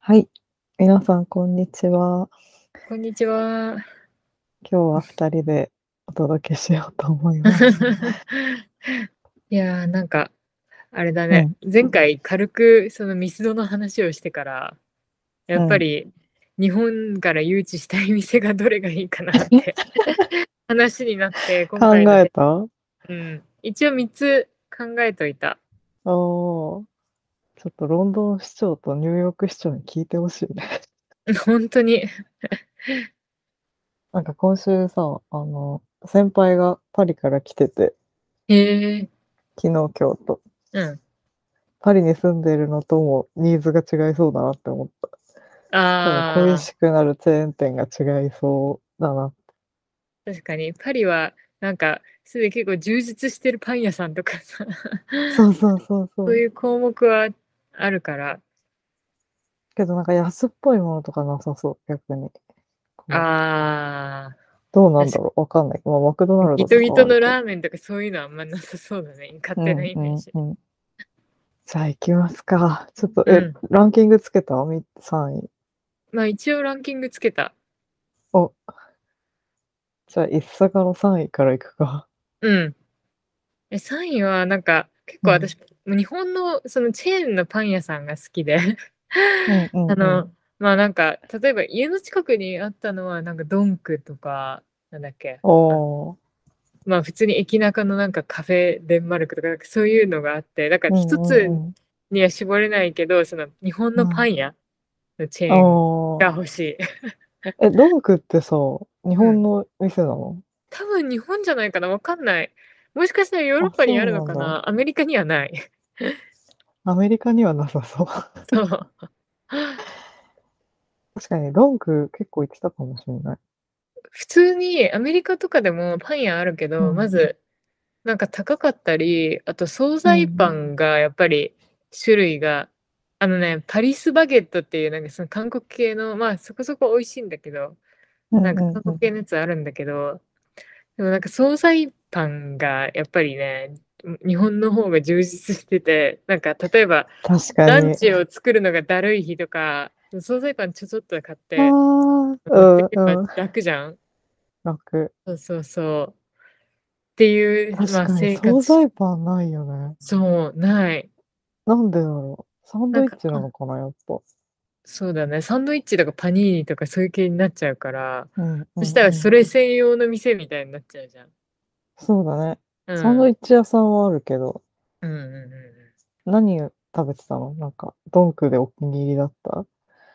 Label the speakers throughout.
Speaker 1: はい。皆さん、こんにちは。
Speaker 2: こんに ちは。
Speaker 1: 今日は二人でお届けしようと思います。
Speaker 2: いやーなんかあれだね、前回軽くそのミスドの話をしてからやっぱり日本から誘致したい店がどれがいいかなって 話になって
Speaker 1: 考
Speaker 2: 今回は
Speaker 1: え
Speaker 2: ね
Speaker 1: た
Speaker 2: うん、一応3つ考えといた。
Speaker 1: おーちょっとロンドン市長とニューヨーク市長に聞いてほしいね。
Speaker 2: 本当に。
Speaker 1: なんか今週さ、あの、先輩がパリから来てて、
Speaker 2: へえ。
Speaker 1: 昨日、今日と。
Speaker 2: うん。
Speaker 1: パリに住んでるのともニーズが違いそうだなって思った。多
Speaker 2: あ
Speaker 1: 分恋
Speaker 2: あ、
Speaker 1: しくなるチェーン店が違いそうだな。
Speaker 2: 確かに。パリはなんかすでに結構充実してるパン屋さんとかさ、
Speaker 1: そうそうそうそう。
Speaker 2: そういう項目はあるから、
Speaker 1: けどなんか安っぽいものとかなさそう、逆に。こう
Speaker 2: ああ。
Speaker 1: どうなんだろうわかんない。まあ、マクドナルド
Speaker 2: ギトギトの
Speaker 1: ー
Speaker 2: ラーメンとかそういうのはあんまなさそうだね。勝手なイメージ。
Speaker 1: うんうんうんじゃあ行きますか。ちょっと、え、
Speaker 2: うん
Speaker 1: ランキングつけたみ ?3 位。
Speaker 2: まあ一応ランキングつけた。
Speaker 1: お。じゃあ、一坂の3位から行くか。
Speaker 2: うん。え、3位はなんか結構私、もう日本のそのチェーンのパン屋さんが好きで、
Speaker 1: うんうんうん
Speaker 2: あの、、まあなんか例えば家の近くにあったのはなんかドンクとか、なんだっけ、
Speaker 1: おー
Speaker 2: まあ普通に駅中のなんかカフェデンマルクとかなんかそういうのがあって、だから一つ
Speaker 1: うんうん
Speaker 2: には絞れないけど、その日本のパン屋のチェ
Speaker 1: うん
Speaker 2: ーン
Speaker 1: お
Speaker 2: が
Speaker 1: ー
Speaker 2: 欲しい。
Speaker 1: え、ドンクってさ、日本の店なの、
Speaker 2: 多分日本じゃないかな、わかんない。もしかしたらヨーロッパにあるのか
Speaker 1: そうな
Speaker 2: な、アメリカにはない。
Speaker 1: アメリカにはなさそう。
Speaker 2: そう。
Speaker 1: 確かに、ドンク結構行ってたかもしれない。
Speaker 2: 普通にアメリカとかでもパン屋あるけど、
Speaker 1: うん
Speaker 2: まずなんか高かったり、あと惣菜パンがやっぱり種類が、あのね、パリスバゲットっていうなんかその韓国系の、まあそこそこ美味しいんだけど、なんか
Speaker 1: ううう
Speaker 2: 韓国系のやつあるんだけど、でもなんか惣菜パンがやっぱりね、日本の方が充実してて、なんか例えば、
Speaker 1: 確かに。
Speaker 2: ランチを作るのがだるい日とか、惣菜パンちょちょっと買って、
Speaker 1: あーうんうん、
Speaker 2: 楽じゃん。
Speaker 1: 楽。
Speaker 2: そうそうそう。っていう、
Speaker 1: 確
Speaker 2: ま
Speaker 1: か
Speaker 2: あ、
Speaker 1: に、
Speaker 2: 生
Speaker 1: 惣
Speaker 2: 活。
Speaker 1: 菜パンないよね。
Speaker 2: そう、ない。
Speaker 1: なんでだろう。サンドイ
Speaker 2: なんか
Speaker 1: ッチなのかな、やっぱ。
Speaker 2: そうだね。サンドイッチとかパニーニとかそういう系になっちゃうから、
Speaker 1: うん
Speaker 2: そしたらそ
Speaker 1: うんう
Speaker 2: れ
Speaker 1: ん
Speaker 2: 専用の店みたいになっちゃうじゃん。
Speaker 1: そうだね。
Speaker 2: うん、
Speaker 1: サンドイッチ屋さんはあるけど、
Speaker 2: うんうんうんうん
Speaker 1: 何食べてたのなんか、ドンクでお気に入りだった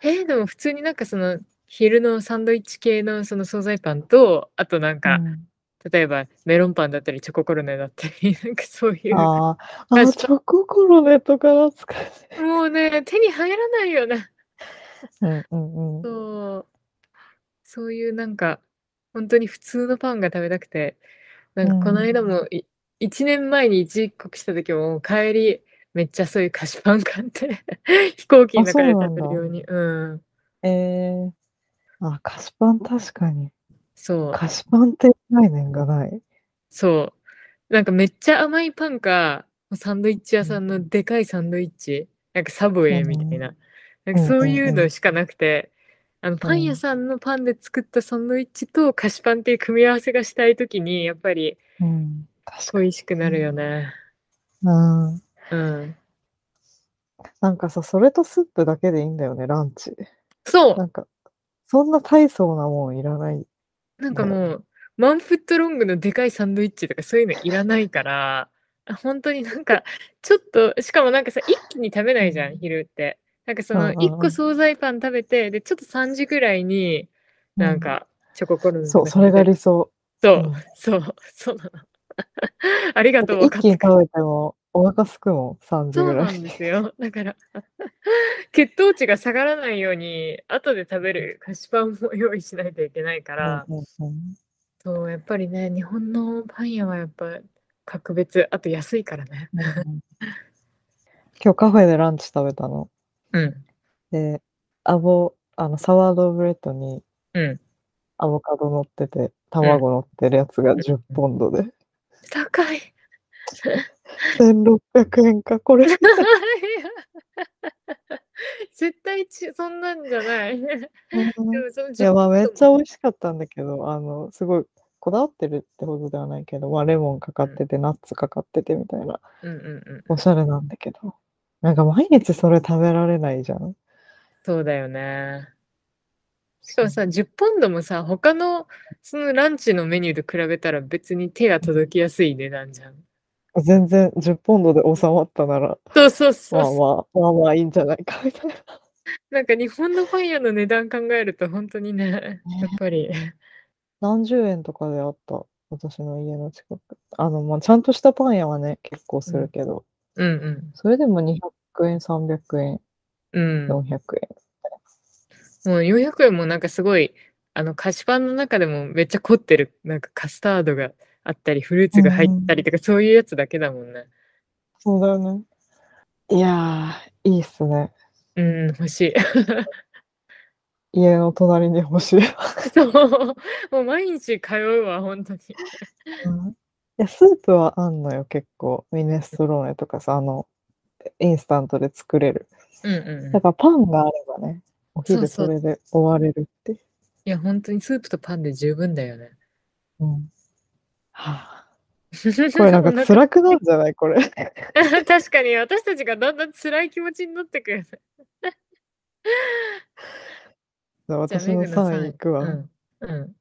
Speaker 2: えーでも普通になんかその、昼のサンドイッチ系のその惣菜パンと、あとなんか、
Speaker 1: うん
Speaker 2: 例えばメロンパンだったりチョココロネだったり、 なんかそういう。
Speaker 1: あーあ
Speaker 2: 確
Speaker 1: ー、
Speaker 2: か
Speaker 1: チョココロネとか懐かし
Speaker 2: もうね、手に入らないよね。
Speaker 1: い。うんうんうん。
Speaker 2: そう、そういうなんか、本当に普通のパンが食べたくて、なんかこの間
Speaker 1: うん
Speaker 2: もい、1年前に一時帰国した時も、帰り、めっちゃそういう菓子パン買って、 飛行機の
Speaker 1: あそ
Speaker 2: 中
Speaker 1: う
Speaker 2: で
Speaker 1: なん
Speaker 2: 食べ
Speaker 1: だ
Speaker 2: るように。うん、
Speaker 1: えー、あ、菓子パン確かに。
Speaker 2: そう、
Speaker 1: 菓子パンって概念がない。
Speaker 2: そう。なんかめっちゃ甘いパンか、サンドイッチ屋さんのでかいサンドイッチ、なんかサブウェイみたいな、なんかそういうのしかなくて、あのパン
Speaker 1: うん
Speaker 2: 屋さんのパンで作ったサンドイッチと菓子パンっていう組み合わせがしたいときに、やっぱり
Speaker 1: うん。確か
Speaker 2: 恋しくなるよね。
Speaker 1: に。うん。
Speaker 2: うん。
Speaker 1: なんかさ、それとスープだけでいいんだよね、ランチ。
Speaker 2: そ
Speaker 1: なんか、そんな大層なもんいらない。
Speaker 2: う、なんかもう、ワンフットロングのでかいサンドイッチとかそういうのいらないから、本当になんか、ちょっと、しかもなんかさ、一気に食べないじゃん、昼って。なんかそ
Speaker 1: うん
Speaker 2: の、
Speaker 1: うん
Speaker 2: 一
Speaker 1: う
Speaker 2: 個
Speaker 1: ん
Speaker 2: 惣菜パン食べて、で、ちょっと3時ぐらいに、なんか、チョココロ
Speaker 1: う
Speaker 2: ネ
Speaker 1: ん。
Speaker 2: と
Speaker 1: そ
Speaker 2: か
Speaker 1: う、それが理想。、
Speaker 2: そううんそう、そうなの。 ありがとう、
Speaker 1: 一
Speaker 2: 分かっ
Speaker 1: 気に
Speaker 2: てくれ
Speaker 1: 食べてもお腹すくもん、3時
Speaker 2: そ
Speaker 1: ぐ
Speaker 2: うな
Speaker 1: ら
Speaker 2: んで
Speaker 1: い。
Speaker 2: すよ。だから、 血糖値が下がらないように、後で食べる菓子パンも用意しないといけないから、
Speaker 1: うんうんうん
Speaker 2: そう、やっぱりね、日本のパン屋はやっぱ格別、あと安いからね。
Speaker 1: うんうん今日カフェでランチ食べたの。
Speaker 2: うん、
Speaker 1: で、アボ、あの、サワードブレッドに
Speaker 2: うん。
Speaker 1: アボカド乗ってて、卵乗ってるやつが
Speaker 2: ん
Speaker 1: 10ポンドで。
Speaker 2: 高い。
Speaker 1: 1600円か、これ。
Speaker 2: 絶対ちそんなんじゃ ない。で
Speaker 1: うん
Speaker 2: もその
Speaker 1: いやまあめっちゃ美味しかったんだけどあのすごいこだわってるってほどではないけど、まあ、レモンかかってて、ナッツかかっててみたいな
Speaker 2: うんうんうん。
Speaker 1: おしゃれなんだけどなんか毎日それ食べられないじゃん
Speaker 2: そうだよね。しかもさ、10ポンドもさ、他のそのランチのメニューと比べたら別に手が届きやすい値段じゃん。
Speaker 1: 全然10ポンドで収まったなら
Speaker 2: そうそうそう
Speaker 1: まあ
Speaker 2: そう。
Speaker 1: まあまあまあいいんじゃないかみたいな
Speaker 2: なんか日本のパン屋の値段考えると本当にね、やっぱり。
Speaker 1: 何十円とかであった私の家の近くあのまあちゃんとしたパン屋はね結構するけど、
Speaker 2: うん
Speaker 1: それでも200円300円
Speaker 2: うん。う
Speaker 1: 400
Speaker 2: ん。
Speaker 1: 円、
Speaker 2: もう400円もなんかすごい、あの菓子パンの中でもめっちゃ凝ってる、なんかカスタードがあったり、フルーツが入ったりとか、そういうやつだけだもんね。
Speaker 1: そうだよねいやーいいっすね
Speaker 2: うん、欲しい。
Speaker 1: 家の隣に欲しい。
Speaker 2: そう。もう毎日通うわ、本当に。
Speaker 1: いやスープはあんのよ、結構。ミネストローネとかさ、あの、インスタントで作れる。
Speaker 2: うんうんうん
Speaker 1: だ。からパンがあればね、お
Speaker 2: そう
Speaker 1: 昼
Speaker 2: そ
Speaker 1: そうれで終われるっていう。
Speaker 2: いや、本当にスープとパンで十分だよね。
Speaker 1: うんはあ、これなんか
Speaker 2: お腹
Speaker 1: 辛くなるんじゃないこ れ。
Speaker 2: 確かに私たちがだんだん辛い気持ちになってくる。
Speaker 1: 私
Speaker 2: メ
Speaker 1: の
Speaker 2: グの
Speaker 1: 3位いく
Speaker 2: う
Speaker 1: わ。
Speaker 2: ん。うん、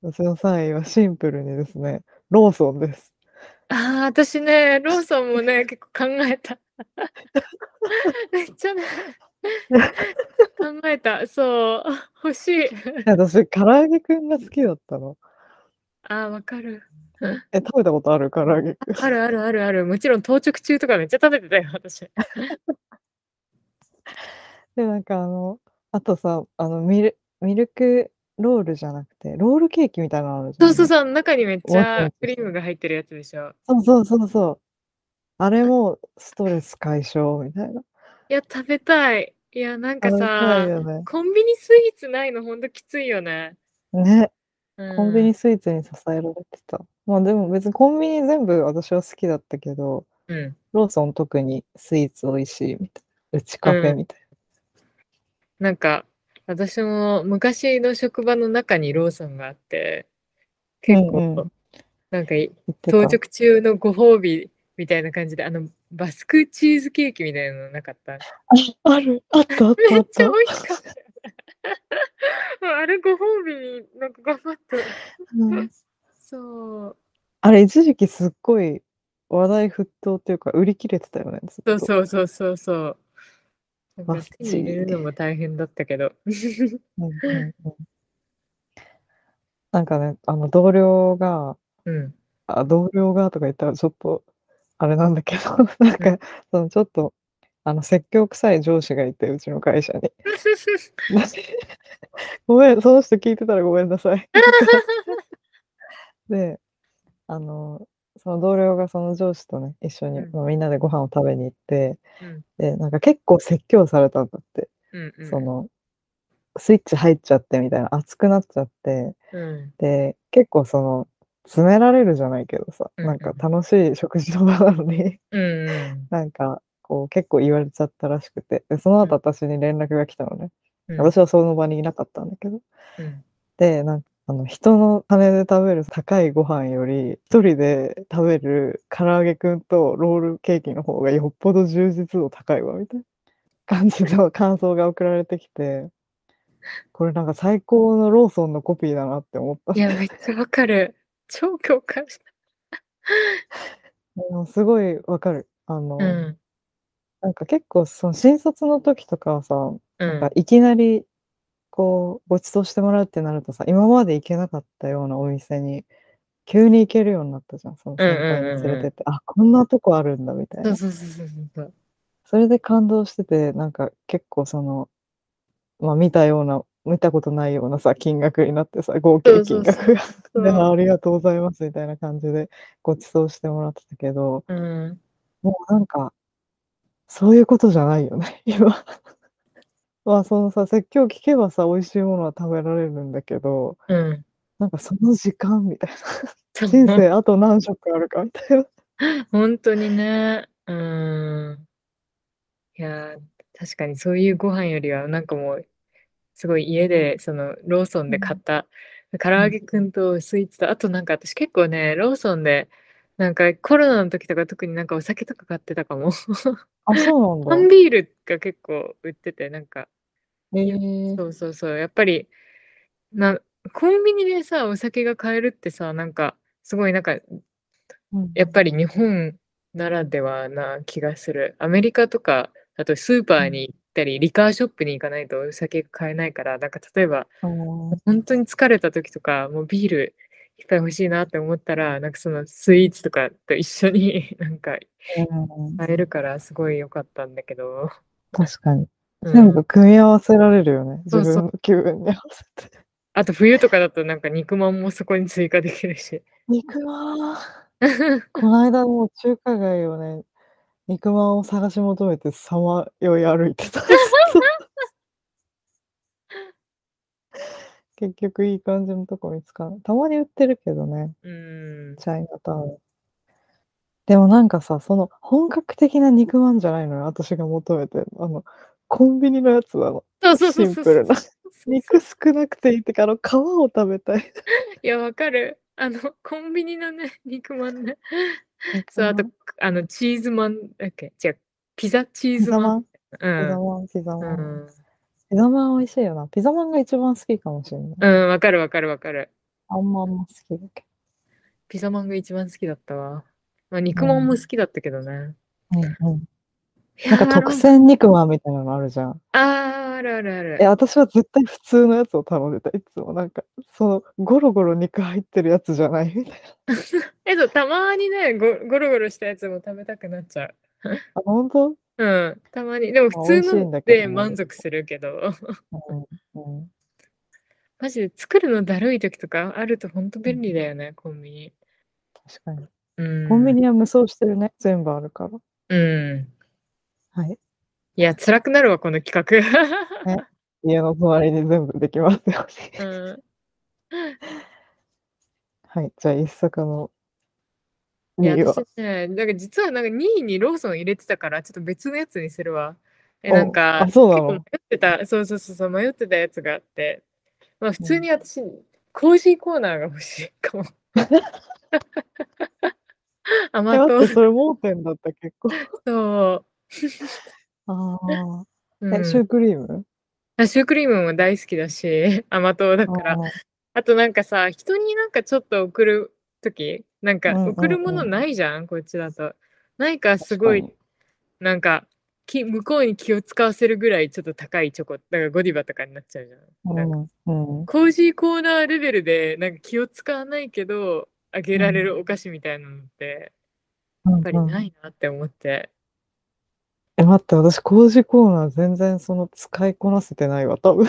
Speaker 1: 私の3位はシンプルにですね、ローソンです。
Speaker 2: ああ、私ね、ローソン もね、結構考えた。 めっちゃね、考えた。そう、欲しい。
Speaker 1: 私、唐揚げくんが好きだったの。
Speaker 2: ああ、わかる。
Speaker 1: え、食べたことある唐揚げくん。
Speaker 2: あるあるあるある。もちろん当直中とかめっちゃ食べてたよ、私。
Speaker 1: で、なんかあの、あとさ、あのミル、ミルクロールじゃなくて、ロールケーキみたいなのあるじゃ
Speaker 2: そ
Speaker 1: ん。
Speaker 2: うそうそう、中にめっちゃクリームが入ってるやつでしょ。
Speaker 1: そうそうそうそう。あれもストレス解消みたいな。
Speaker 2: いや、食べたい。いや、なん
Speaker 1: あ
Speaker 2: か
Speaker 1: れ
Speaker 2: さ
Speaker 1: 辛い、よね。
Speaker 2: コンビニスイーツないのほんときついよね。
Speaker 1: ね、
Speaker 2: うん
Speaker 1: コンビニスイーツに支えられてた。まあでも別にコンビニ全部私は好きだったけど、
Speaker 2: うん。
Speaker 1: ローソン特にスイーツ美味しいみたいな。うちカフェみたい
Speaker 2: なんか、私も昔の職場の中にローソンがあって、結構、
Speaker 1: うんうん
Speaker 2: なんかい、
Speaker 1: な。言って
Speaker 2: 当
Speaker 1: た
Speaker 2: 直中のご褒美みたいな感じで、あの、バスクチーズケーキみたいなのなかった。
Speaker 1: あある、あったあった
Speaker 2: め
Speaker 1: あ
Speaker 2: っ
Speaker 1: っ
Speaker 2: ちゃ
Speaker 1: た。
Speaker 2: 美味しかったよね。もう あれご褒美になんか頑張った。
Speaker 1: うん
Speaker 2: そう。
Speaker 1: あれ一時期すっごい話題沸騰っていうか売り切れてたよね。ずっ
Speaker 2: そう
Speaker 1: と
Speaker 2: そうそうそうそう。なん
Speaker 1: バ
Speaker 2: か
Speaker 1: ス
Speaker 2: 手に入れるのも大変だったけど。
Speaker 1: うんうんうんなんかね、あの同僚が、
Speaker 2: うん。
Speaker 1: あ、同僚がとか言ったらちょっと、あれなんだけど、 なん
Speaker 2: う
Speaker 1: か、そのちょっと、あの、説教臭い上司がいて、うちの会社に。 ごめん、その人聞いてたらごめんなさい。で、あの、その同僚がその上司とね、一緒に、
Speaker 2: うん
Speaker 1: まあみんなでご飯を食べに行って、
Speaker 2: うん
Speaker 1: で、なんか結構説教されたんだって。
Speaker 2: うんうん
Speaker 1: その、スイッチ入っちゃってみたいな、熱くなっちゃって、
Speaker 2: うん
Speaker 1: で、結構その、詰められるじゃないけどさ、
Speaker 2: うんうん
Speaker 1: なんか楽しい食事の場なのに、
Speaker 2: うんうん
Speaker 1: なんか、こう結構言われちゃったらしくて、でその後私に連絡が来たのね。
Speaker 2: うん
Speaker 1: 私はその場にいなかったんだけど。
Speaker 2: うん
Speaker 1: で、なんか、あの、人の金で食べる高いご飯より、一人で食べる唐揚げくんとロールケーキの方がよっぽど充実度高いわ、みたいな感じの感想が送られてきて、これなんか最高のローソンのコピーだなって思った
Speaker 2: い。や、めっちゃわかる。 超共感した。
Speaker 1: うんすごいわかる。あの、
Speaker 2: うん。
Speaker 1: なんか結構その新卒の時とかはさ、
Speaker 2: う
Speaker 1: なんか
Speaker 2: ん。
Speaker 1: いきなりこうご馳走してもらうってなるとさ、今まで行けなかったようなお店に急に行けるようになったじゃん。その
Speaker 2: うんうん
Speaker 1: 先輩に連
Speaker 2: うんうん
Speaker 1: れてって、あ、こんなとこあるんだみたい
Speaker 2: そう
Speaker 1: な。
Speaker 2: そうそうそうそう。
Speaker 1: それで感動してて、なんか結構その、まあ見たような、見たことないようなさ、金額になってさ、合計金
Speaker 2: そうそうそう
Speaker 1: 額が。
Speaker 2: そう
Speaker 1: で、 あありがとうございますみたいな感じでご馳走してもらってたけど、
Speaker 2: うん。
Speaker 1: もうなんか、そういうことじゃないよね、 今。まあ、そのさ、説教聞けばさ、美味しいものは食べられるんだけど、
Speaker 2: うん。
Speaker 1: なんかその時間みたいな。人生あと何食あるかみ たいな。
Speaker 2: 本当にね。うん。いやー、確かにそういうご飯よりはなんかもうすごい家でそのローソンで買った唐揚げくんとスイーツとあとなんか私結構ねローソンでなんかコロナの時とか特になんかお酒とか買ってたかも
Speaker 1: あ、そうな
Speaker 2: 缶
Speaker 1: んだ。
Speaker 2: ビールが結構売っててなんか
Speaker 1: え
Speaker 2: そう
Speaker 1: ー、
Speaker 2: そうそうやっぱりなコンビニでさお酒が買えるってさなんかすごいなんか
Speaker 1: うん
Speaker 2: やっぱり日本ならではな気がする。アメリカとか、あとスーパーに行ったり、リカーショップに行かないとお酒が買えないから、なんか例えば、
Speaker 1: あー
Speaker 2: 本当に疲れた時とか、もうビールいっぱい欲しいなって思ったら、なんかそのスイーツとかと一緒に なんか
Speaker 1: うん
Speaker 2: 買えるから、すごい良かったんだけど。
Speaker 1: 確かに。
Speaker 2: うん
Speaker 1: 全部組み合わせられるよね。
Speaker 2: そう
Speaker 1: 自
Speaker 2: そ
Speaker 1: 分
Speaker 2: う
Speaker 1: の気分に合わせて。
Speaker 2: あと冬とかだとなんか肉まんもそこに追加できるし。
Speaker 1: 肉まん。この間もう中華街をね、肉まんを探し求めてさまよい歩いてた。 結局いい感じのとこ見つかん。たまに売ってるけどね、
Speaker 2: うん。
Speaker 1: チャイナタウン。でもなんかさ、その本格的な肉まんじゃないのよ、私が求めてるのあの、コンビニのやつなの。
Speaker 2: そうそうそう
Speaker 1: シンプルな
Speaker 2: そうそうそう
Speaker 1: 肉少なくていいってか、あの、皮を食べたい。
Speaker 2: いや、わかる。あの、コンビニのね、 肉まんね。 そう、あと、あの、チーズまんだっけ違う、ピザチー
Speaker 1: ピ
Speaker 2: ズ
Speaker 1: ザ
Speaker 2: ま
Speaker 1: ま
Speaker 2: ん。
Speaker 1: ん、ピザまん、ピザ
Speaker 2: う
Speaker 1: まん。
Speaker 2: ん。
Speaker 1: ピザまん美味しいよな。ピザまんが一番好きかもしれない。
Speaker 2: うん、わかるわかるわかる。
Speaker 1: あんまあんま好きだけ
Speaker 2: ピザまんが一番好きだったわ。まあ、肉まんも好きだったけどね。
Speaker 1: ど。うんうん、
Speaker 2: い
Speaker 1: な
Speaker 2: や
Speaker 1: んか
Speaker 2: ー
Speaker 1: 特選肉まんみたいなのあるじゃん。
Speaker 2: あー、あるあるある
Speaker 1: え、。私は絶対普通のやつを頼んでた。いつもなんか、そのゴロゴロ肉入ってるやつじゃないみたいな。
Speaker 2: えっと、たまにねご、ゴロゴロしたやつも食べたくなっちゃう。
Speaker 1: あ、本当、うん
Speaker 2: うん、たまに。でも、
Speaker 1: まあ
Speaker 2: 普通
Speaker 1: 美味しいん
Speaker 2: の
Speaker 1: だけど
Speaker 2: で
Speaker 1: ね
Speaker 2: 満足するけど。
Speaker 1: うん、
Speaker 2: マジで作るのだるい時とかあると本当便利だよね、コンビニ。
Speaker 1: 確かに。
Speaker 2: うん。
Speaker 1: コンビニは無双してるね。全部あるから。
Speaker 2: うん。
Speaker 1: はい。
Speaker 2: いや、辛くなるわ、この企画。
Speaker 1: 家の隣に全部できますよ、ね。
Speaker 2: うん、
Speaker 1: はい。じゃあ、一作の
Speaker 2: い
Speaker 1: 2
Speaker 2: や
Speaker 1: 位は
Speaker 2: 私。ね、なんか実はなんか2位にローソン入れてたから、ちょっと別のやつにするわ。え、
Speaker 1: お
Speaker 2: なんか、
Speaker 1: あそうな
Speaker 2: 結
Speaker 1: の
Speaker 2: 構迷ってた、そうそうそうそう、迷ってたやつがあって、まあ普通に私、コージーコーナーが欲しいか も。
Speaker 1: え、
Speaker 2: 甘
Speaker 1: 待って、
Speaker 2: 党
Speaker 1: それ盲点だった、結 構。
Speaker 2: と、
Speaker 1: ああ。
Speaker 2: うん
Speaker 1: え、シュークリーム
Speaker 2: あシュークリームも大好きだし、甘党だから
Speaker 1: あ。ー
Speaker 2: あとなんかさ、人になんかちょっと送るとき、な
Speaker 1: うんう
Speaker 2: ん
Speaker 1: ん
Speaker 2: か
Speaker 1: うん
Speaker 2: 送るものないじゃん、こっちだと。ないからすごい
Speaker 1: 確、
Speaker 2: なんかき、向こうに気を使わせるぐらいちょっと高いチョコ、なんかゴディバとかになっちゃうじゃん。なんか
Speaker 1: うん、うん。
Speaker 2: コージーコーナーレベルで、なんか気を使わないけど、あげられるお菓子みたいなのって、
Speaker 1: や
Speaker 2: やっぱりないなって思って。
Speaker 1: え、待って、私、工事コーナー全然その使いこなせてないわ、多 分。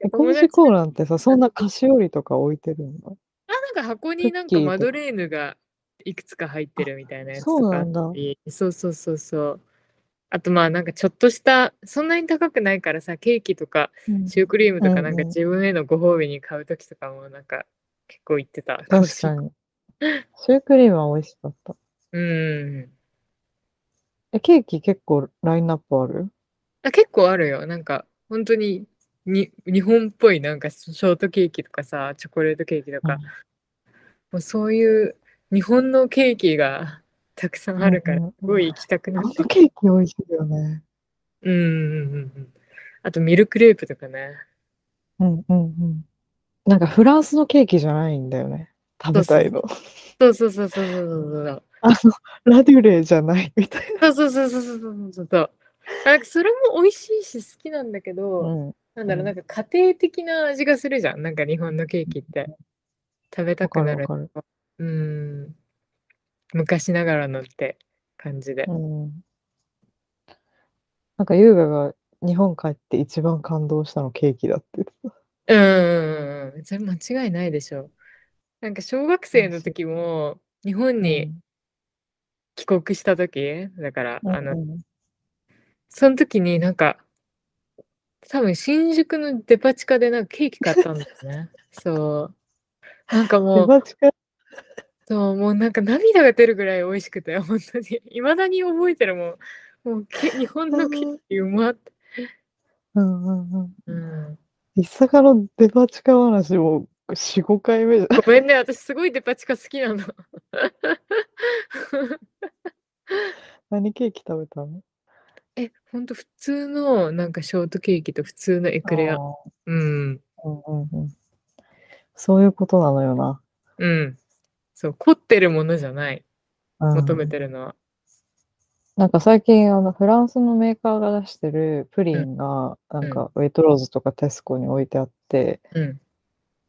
Speaker 1: え工
Speaker 2: 友
Speaker 1: 事
Speaker 2: 達
Speaker 1: コーナーってさ、そんな菓子折りとか置いてるんだ。
Speaker 2: あ、なんか箱になん
Speaker 1: ク
Speaker 2: か
Speaker 1: ッキーとか
Speaker 2: マドレーヌがいくつか入ってるみたいなやつ
Speaker 1: そ
Speaker 2: と
Speaker 1: う
Speaker 2: か
Speaker 1: な
Speaker 2: あっ
Speaker 1: んだ。
Speaker 2: たりそうそうそうそう。あとまあなんかちょっとした、そんなに高くないからさ、ケーキとか
Speaker 1: うん
Speaker 2: シュークリームと
Speaker 1: うんう
Speaker 2: か
Speaker 1: ん
Speaker 2: なんか自分へのご褒美に買うときとかもなんか結構行ってた。
Speaker 1: 確かに。シュークリームは美味しかった。
Speaker 2: うん。
Speaker 1: え、ケーキ結構ラインナップある
Speaker 2: あ、結構あるよ。なんか本当にに日本っぽいなんかショートケーキとかさ、チョコレートケーキとか、
Speaker 1: うん
Speaker 2: もうそういう日本のケーキがたくさんあるから、
Speaker 1: うんうん
Speaker 2: す
Speaker 1: うん
Speaker 2: ごい行きたく
Speaker 1: あ
Speaker 2: なって
Speaker 1: のケーキ美味しいよね。
Speaker 2: うんうんうんうん。あとミルクレープとかね。
Speaker 1: うんうんうん。なんかフランスのケーキじゃないんだよね。食べたいの。
Speaker 2: そうそうそうそうそう
Speaker 1: あの、ラデュレじゃないみたい
Speaker 2: そうそう。そうそうそうそうそうそうそう。なんかそれも美味しいし好きなんだけ
Speaker 1: な。
Speaker 2: ど、
Speaker 1: ん。
Speaker 2: なんだろう、
Speaker 1: う
Speaker 2: なんんか家庭的な味がするじゃん。なんか日本のケーキって。食べた
Speaker 1: わ
Speaker 2: く
Speaker 1: か
Speaker 2: な
Speaker 1: るわ
Speaker 2: る。
Speaker 1: かる。
Speaker 2: うん。昔ながらのって感じで
Speaker 1: う。ん。なんか優雅が日本帰って一番感動したのケーキだって言ってた。
Speaker 2: うんうんうん。それ間違いないでしょ。なんか小学生の時も、日本に帰国した時、だから、
Speaker 1: うん、
Speaker 2: あの
Speaker 1: う、ん
Speaker 2: その時になんか、多分新宿のデパ地 下でなんかケーキ買ったんですね。そう。なんか
Speaker 1: うん、
Speaker 2: も
Speaker 1: デ
Speaker 2: う、
Speaker 1: パ地下
Speaker 2: そう、もうなんか涙が出るぐらい美味しくて、本当に。いまだに覚えてるもん。もうけ日本のケーキうまって。
Speaker 1: うんうんうん。
Speaker 2: うん、
Speaker 1: いさかのデパ地下話も4、5回目じ ゃ
Speaker 2: ごめんね、私すごいデパ地下好きなの。
Speaker 1: 何ケーキ食べたの
Speaker 2: え、ほんと普通のなんかショートケーキと普通のエクレア
Speaker 1: あ。ー
Speaker 2: う
Speaker 1: う
Speaker 2: ん。
Speaker 1: んうんうん。そういうことなのよな。
Speaker 2: うん。そう、凝ってるものじゃない。
Speaker 1: うん
Speaker 2: 求めてるのは。
Speaker 1: なんか最近あのフランスのメーカーが出してるプリンがなんかウェイトローズとかテスコに置いてあって
Speaker 2: うん。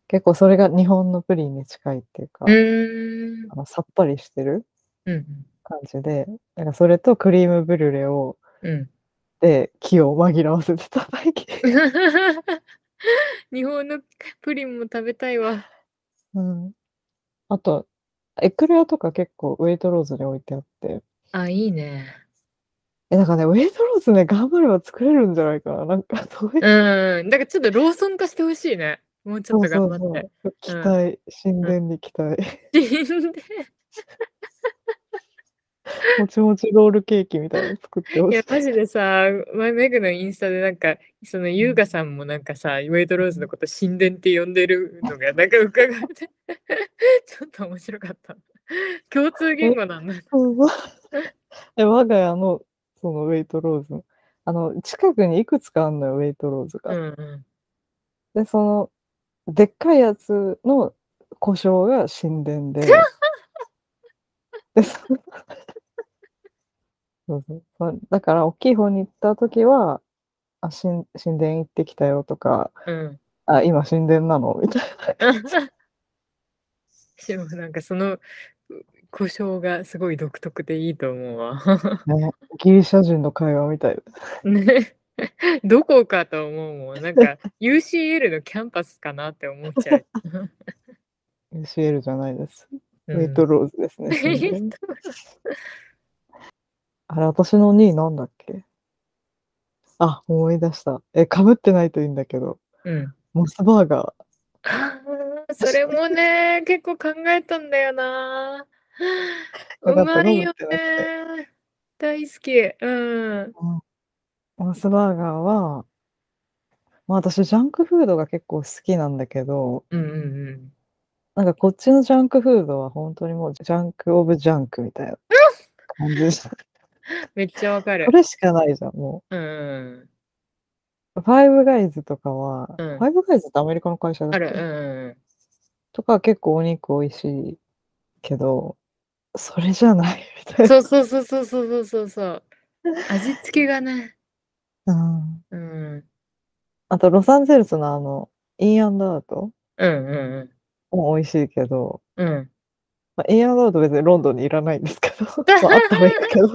Speaker 1: 結構それが日本のプリンに近いっていうか、
Speaker 2: うーん。
Speaker 1: あのさっぱりしてる
Speaker 2: うん。
Speaker 1: 感じでなんかそれとクリームブリュレを
Speaker 2: うん。
Speaker 1: で気を紛らわせてた体験、
Speaker 2: 日本のプリンも食べたいわ。
Speaker 1: うん、あとエクレアとか結構ウェイトローズに置いてあって
Speaker 2: あ、いいね。
Speaker 1: えなんかねウェイトローズね頑張れば作れるんじゃないかななんかどういう
Speaker 2: うん。だからちょっとローソン化してほしいね。もうちょっと頑張って。
Speaker 1: そう期待神殿に期待
Speaker 2: 死んで
Speaker 1: もちもちロールケーキみたいなの作ってほ
Speaker 2: い
Speaker 1: しい
Speaker 2: や、マジでさ、前、メグのインスタでなんか、その優香さんもなんかさ、ウェイトローズのこと神殿って呼んでるのが、なんか伺って、 ちょっと面白かった。共通言語なんだ。
Speaker 1: そうそうえ我が家のそのウェイトローズあの近くにいくつかあんのよウェイトローズ
Speaker 2: う
Speaker 1: が、
Speaker 2: んうん。
Speaker 1: でそのでっかいやつの故障が神殿 ででその そうそうそうだから大きい方に行った時はあ神神殿行ってきたよとか
Speaker 2: うん。
Speaker 1: あ今神殿なのみたい
Speaker 2: でもなんかその故障がすごい独特でいいと思うわ。
Speaker 1: な、ね、ギリシャ人の会話みたいな
Speaker 2: ね どこかと思うもん。なんか UCL のキャンパスかなって思っちゃ う。
Speaker 1: UCL じゃないです
Speaker 2: う
Speaker 1: ウェイ
Speaker 2: ん
Speaker 1: トローズです ね。神殿あれ、私の2位なんだっけあ、思い出した。え、かぶってないといいんだけど、
Speaker 2: うん。
Speaker 1: モスバーガ
Speaker 2: あーそれもね、結構考えたんだよな。
Speaker 1: わ
Speaker 2: う
Speaker 1: かった
Speaker 2: まいよ
Speaker 1: 飲むって
Speaker 2: ね。大好き。うん。
Speaker 1: ー。モスバーガーは、まあ、私、ジャンクフードが結構好きなんだけど、
Speaker 2: うんうん
Speaker 1: なんかこっちのジャンクフードは本当にもうジャンクオブジャンクみたいな感じでした。
Speaker 2: うん。めっちゃわかる
Speaker 1: こ。れしかないじゃん、も
Speaker 2: うんうん
Speaker 1: う。ファイブガイズとかは、
Speaker 2: うん
Speaker 1: ファイブガイズってアメリカの会社
Speaker 2: うん。
Speaker 1: だ
Speaker 2: あ
Speaker 1: っ
Speaker 2: る。
Speaker 1: け
Speaker 2: うん
Speaker 1: とか結構お肉美味しいけど、それじゃないみた
Speaker 2: う
Speaker 1: い
Speaker 2: ん。
Speaker 1: な。
Speaker 2: そうそうそうそうそうそうそう。味付けがね。
Speaker 1: うん、
Speaker 2: うん。うん
Speaker 1: あと、ロサンゼルスのあの、インアンドアウト
Speaker 2: うん
Speaker 1: も美味しいけど、
Speaker 2: うん。うん。
Speaker 1: まあ、インアンドアウト別にロンドンにいらないんです けど、まあ、あったらいいけど。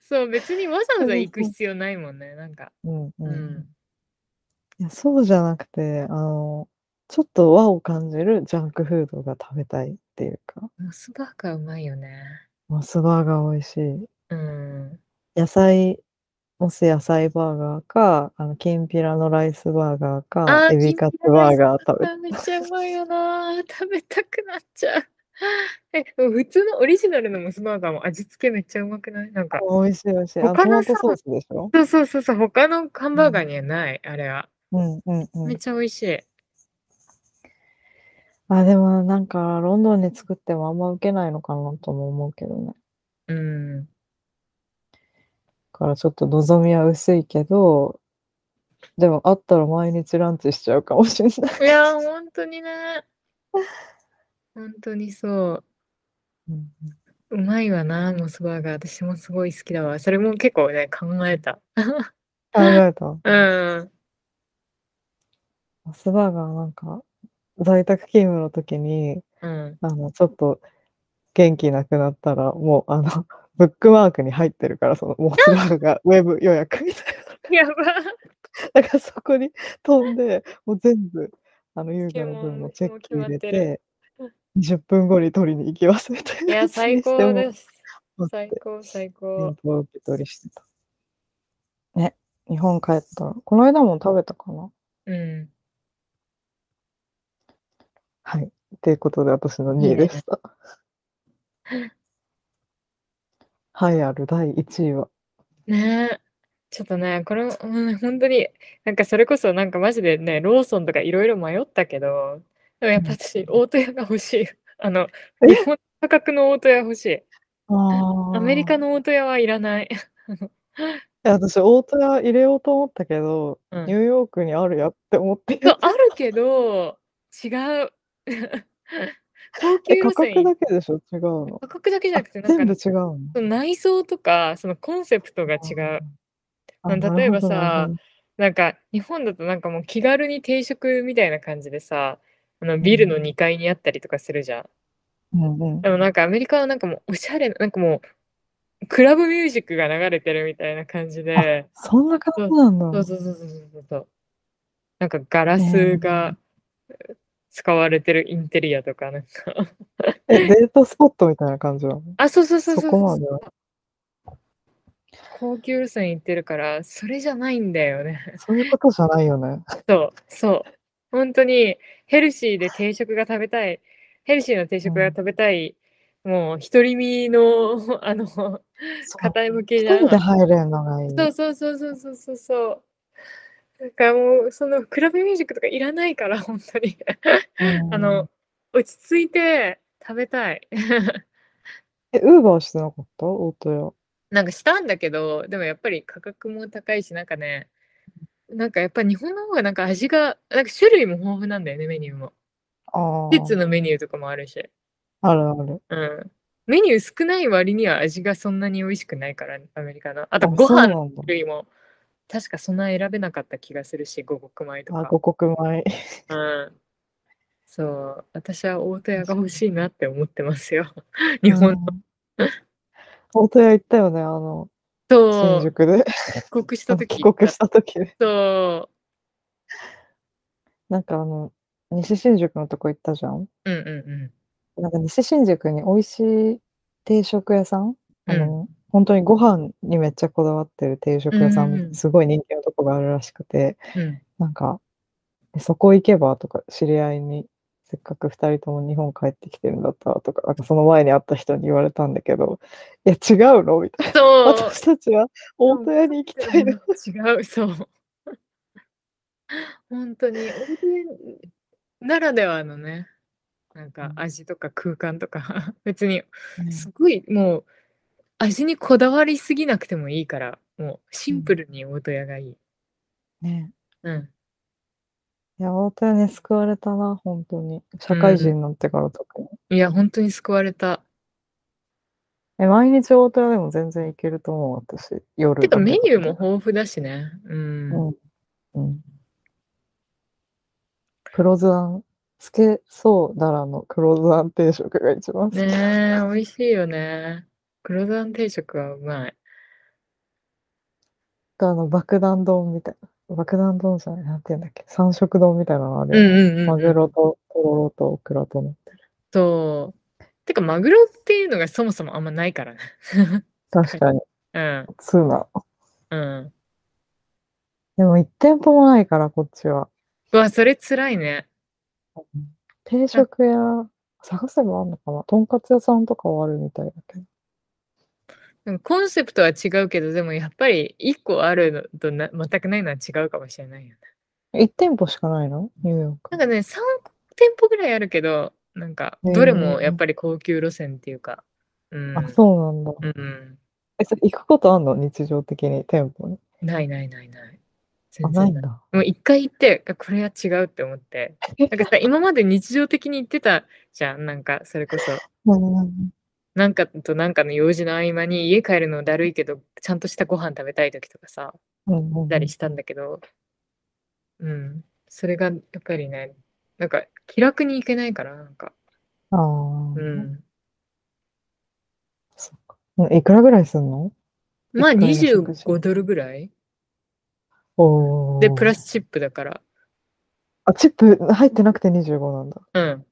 Speaker 2: そう、別にわざわざ行
Speaker 1: そ
Speaker 2: く
Speaker 1: うそう
Speaker 2: 必要ないもんね。なんか。
Speaker 1: うんうん
Speaker 2: うん。
Speaker 1: いやそうじゃなくて、あの、ちょっと和を感じるジャンクフードが食べたいっていうか、
Speaker 2: モスバーガーうまいよね。
Speaker 1: モスバーガー美味しい。
Speaker 2: うん。
Speaker 1: 野菜、モス野菜バーガーか、あの、きんぴらのライスバーガーか
Speaker 2: あ、ー
Speaker 1: エビカツバーガー食べたい
Speaker 2: めっちゃうまいよな。食べたくなっちゃう。 え、でも普通のオリジナルのモスバーガーも味付けめっちゃうまくないなんか。
Speaker 1: 美味しい美味しい。あの
Speaker 2: 他
Speaker 1: ト
Speaker 2: の
Speaker 1: マ
Speaker 2: さ
Speaker 1: トソースでしょ
Speaker 2: そうそうそうそう、他のハンバーガーにはない、あれは。
Speaker 1: うんうんう
Speaker 2: めっ
Speaker 1: ん。
Speaker 2: ちゃ美味しい。
Speaker 1: あ、でもなんか、ロンドンに作ってもあんま受けないのかなとも思うけどね。
Speaker 2: うん。
Speaker 1: だからちょっと望みは薄いけど、でもあったら毎日ランチしちゃうかもしれない。
Speaker 2: いやー、本当に ね。本当にそう。
Speaker 1: うん
Speaker 2: うまいわな、モスバーガー。私もすごい好きだわ。それも結構ね、考えた。
Speaker 1: 考えた。
Speaker 2: うん。
Speaker 1: モスバーガーなんか、在宅勤務の時に、
Speaker 2: うん。
Speaker 1: あの、ちょっと元気なくなったら、もうあの、 ブックマークに入ってるから、そのモスバーガーウェブ予約 みたいな。
Speaker 2: やば。
Speaker 1: だからそこに飛んで、もう全部、あの、優雅の分のチェック入れて、10分後に取りに行きますみたい
Speaker 2: い
Speaker 1: な
Speaker 2: や、
Speaker 1: やつ
Speaker 2: 最
Speaker 1: にして
Speaker 2: 高
Speaker 1: も
Speaker 2: です。
Speaker 1: 持って
Speaker 2: 最高、最
Speaker 1: 電
Speaker 2: 高。
Speaker 1: 報を受け取りしてた。ね、日本帰ったら、この間も食べたかな
Speaker 2: うん。
Speaker 1: はい。ということで、私の2位でした。はいある第1位は。
Speaker 2: ねえ。ちょっとね、これ、うん、本当に、なんかそれこそ、なんかマジでね、ローソンとかいろいろ迷ったけど、でもやっぱ私、大戸屋が欲しい。あの、日本の価格の大戸屋欲しい。ア
Speaker 1: ア
Speaker 2: メリカ
Speaker 1: の。
Speaker 2: の大戸屋はいらない。
Speaker 1: いや私、大戸屋入れようと思ったけど、
Speaker 2: うん
Speaker 1: ニューヨークにあるやって思って。
Speaker 2: そうあるけど、違う。高級
Speaker 1: え
Speaker 2: 路
Speaker 1: 価格
Speaker 2: 線
Speaker 1: だけでしょ違うの。
Speaker 2: 価格だけじゃなくて、なん
Speaker 1: 全部
Speaker 2: か、
Speaker 1: 違うの。
Speaker 2: その内装とか、そのコンセプトが違う。
Speaker 1: あ。
Speaker 2: うん
Speaker 1: なるほど
Speaker 2: 例えばさ、
Speaker 1: なるほど
Speaker 2: なんか日本だとなんかもう気軽に定食みたいな感じでさ、あのビルの
Speaker 1: うん
Speaker 2: 2階にあったりとかするじゃん。
Speaker 1: うんうん
Speaker 2: でもなんかアメリカはなんかもうおしゃれな、なんかもうクラブミュージックが流れてるみたいな感じで、
Speaker 1: そんな感じなんだ。
Speaker 2: そうそうそうそうそうそう。なんかガラ
Speaker 1: ねえ
Speaker 2: スが使われてるインテリアとかなんか。
Speaker 1: え、デートスポットみたいな感じなの
Speaker 2: あ、そうそうそう
Speaker 1: そ
Speaker 2: そう
Speaker 1: こ
Speaker 2: そ
Speaker 1: ま
Speaker 2: う
Speaker 1: では。
Speaker 2: 高級路線行ってるから、それじゃないんだよね。
Speaker 1: そういうことじゃないよ ね。
Speaker 2: そう、そう。本当にヘルシーで定食が食べたい、ヘルシーな定食が
Speaker 1: うん
Speaker 2: 食べたい、もう独り身の、あの、
Speaker 1: そう
Speaker 2: 偏向き
Speaker 1: 一
Speaker 2: じゃ
Speaker 1: 人で
Speaker 2: ん。
Speaker 1: 入れんのがいい。
Speaker 2: そうそうそうそうそうそうそう。なんかもう、そのクラブミュージックとかいらないから、本当に。
Speaker 1: うん
Speaker 2: あの、、落ち着いて食べたい。
Speaker 1: え、ウーバーしてなかった大戸屋。
Speaker 2: なんかしたんだけど、でもやっぱり価格も高いし、なんかね、なんかやっぱ日本の方がなんか味が、なんか種類も豊富なんだよね、メニューも。
Speaker 1: あ
Speaker 2: 季節のメニューとかもあるし。
Speaker 1: あ。あるある。
Speaker 2: うん。メニュー少ない割には味がそんなに美味しくないから、アメリカの。あと
Speaker 1: あ
Speaker 2: ご
Speaker 1: そうな
Speaker 2: 飯の
Speaker 1: んだ。
Speaker 2: 種類も、確かそんな選べなかった気がするし、五穀米と
Speaker 1: あ、
Speaker 2: か。
Speaker 1: 五穀米。
Speaker 2: うん。そう、私は大戸屋が欲しいなって思ってますよ。日本の。
Speaker 1: うん大戸屋行ったよね、あの、新
Speaker 2: と
Speaker 1: 宿で。
Speaker 2: 帰国した時
Speaker 1: 帰国した時で。
Speaker 2: と、
Speaker 1: なんかあの、西新宿のとこ行ったじゃん。
Speaker 2: うんうんうん。
Speaker 1: なんか西新宿に美味しい定食屋さんあ
Speaker 2: うん
Speaker 1: の、本当にご飯にめっちゃこだわってる定食屋さ
Speaker 2: うんうんうん
Speaker 1: ん、すごい人気のとこがあるらしくて、
Speaker 2: うん
Speaker 1: なんか、えそこ行けばとか、知り合いに、せっかく2人とも日本帰ってきてるんだったらとか、なんかその前に会った人に言われたんだけど、いや、違うのみたいな。
Speaker 2: そう、
Speaker 1: 私たちは大戸屋に行きたいの。
Speaker 2: うん違う、そう。本当に、大戸屋ならではのね、なん
Speaker 1: う
Speaker 2: か
Speaker 1: ん
Speaker 2: 味とか空間とか、 別に
Speaker 1: うん
Speaker 2: すごいもう味にこだわりすぎなくてもいいから、もうシンプルに大戸屋がいい。
Speaker 1: ね
Speaker 2: うん。
Speaker 1: いや、大戸屋に救われたな、本当に。社会人になってから特に。
Speaker 2: いや、本当に救われた。
Speaker 1: え、毎日大戸屋でも全然行けると思う、私。夜
Speaker 2: てか
Speaker 1: だけ
Speaker 2: メ
Speaker 1: だ
Speaker 2: ニュー
Speaker 1: と
Speaker 2: も豊富だしね。うん。
Speaker 1: うん。うん。黒酢あん、つけそうだらの黒酢あん定食が一番好き。
Speaker 2: ねえ、美味しいよね。黒酢あん定食はうまい。
Speaker 1: あの、爆弾丼みたいな。爆弾丼じゃない、なんていうんだっけ。三色丼みたいなのあ
Speaker 2: うん
Speaker 1: るよね。
Speaker 2: うんうん、うん。
Speaker 1: マグロととろろとオクラとの。
Speaker 2: そう。てか、マグロっていうのがそもそもあんまないからね。
Speaker 1: 確かに、
Speaker 2: う
Speaker 1: ツーな。
Speaker 2: ん。うん。
Speaker 1: でも一店舗もないから、こっちは。
Speaker 2: うわ、それ辛いね。
Speaker 1: 定食屋、探せばあんのかなとんかつ屋さんとかはあるみたいだけど。
Speaker 2: でもコンセプトは違うけど、でもやっぱり一個あるのとな全くないのは違うかもしれないよね。
Speaker 1: 一店舗しかないのニューヨーク。
Speaker 2: なんかね、3店舗ぐらいあるけど、なんか、どれもやっぱり高級路線っていうか。うん。
Speaker 1: あ、そうなんだ。
Speaker 2: うん。
Speaker 1: え、それ行くことあんの日常的に店舗に。
Speaker 2: ないないないない。
Speaker 1: あ、
Speaker 2: 全
Speaker 1: ない
Speaker 2: 然
Speaker 1: ん
Speaker 2: ない。
Speaker 1: だ。
Speaker 2: もう一回行って、あこれは違うって思って。なんかさ、今まで日常的に行ってたじゃん。なんか、それこそ。
Speaker 1: うんうんうん
Speaker 2: なんかとなんかの用事の合間に家帰るのだるいけどちゃんとしたご飯食べたい時とかさ
Speaker 1: うんうんうん
Speaker 2: 行ったりしたんだけどうんそれがやっぱりねなんか気楽に行けないからなんか
Speaker 1: ああ、
Speaker 2: うん
Speaker 1: そっか。うんいくらぐらいすんの
Speaker 2: まあ
Speaker 1: 一回の食事
Speaker 2: 25ドルぐらい
Speaker 1: お
Speaker 2: でプラ
Speaker 1: ス。
Speaker 2: スチップだから
Speaker 1: あ、チップ入ってなくて25なんだ。
Speaker 2: うん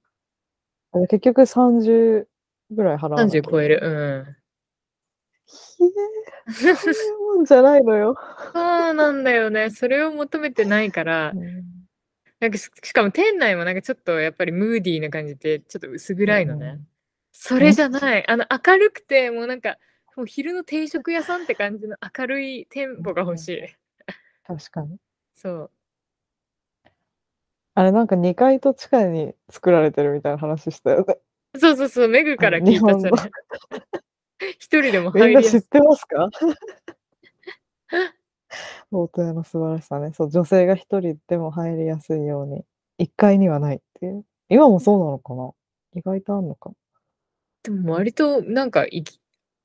Speaker 1: で結局30ぐらい払う。
Speaker 2: 30超え
Speaker 1: る。
Speaker 2: るうん
Speaker 1: ひえ、 そういうもんじゃないの よ。
Speaker 2: そうなんだよねそれを求めてないから
Speaker 1: うん
Speaker 2: なんかししかも店内もなんかちょっとやっぱりムーディーな感じでちょっと薄暗いのね、それじゃない。あの、明るくて、もうなんか、もう昼の定食屋さんって感じの明るい店舗が欲しい。
Speaker 1: 確かに。
Speaker 2: そう。
Speaker 1: あれなんか2階と地下に作られてるみたいな話したよね。
Speaker 2: そうそうそう、メグから聞い
Speaker 1: あ
Speaker 2: た
Speaker 1: の
Speaker 2: そ
Speaker 1: 日
Speaker 2: れ
Speaker 1: 本の。
Speaker 2: 一人でも
Speaker 1: みん
Speaker 2: 入り
Speaker 1: な
Speaker 2: や
Speaker 1: 知
Speaker 2: す
Speaker 1: っ
Speaker 2: い。
Speaker 1: てますか 大戸屋の素晴らしさね。そう、女性が一人でも入りやすいように、1階にはないっていう。今もそうなのかな意外とあんのか。
Speaker 2: でも割となんかいき、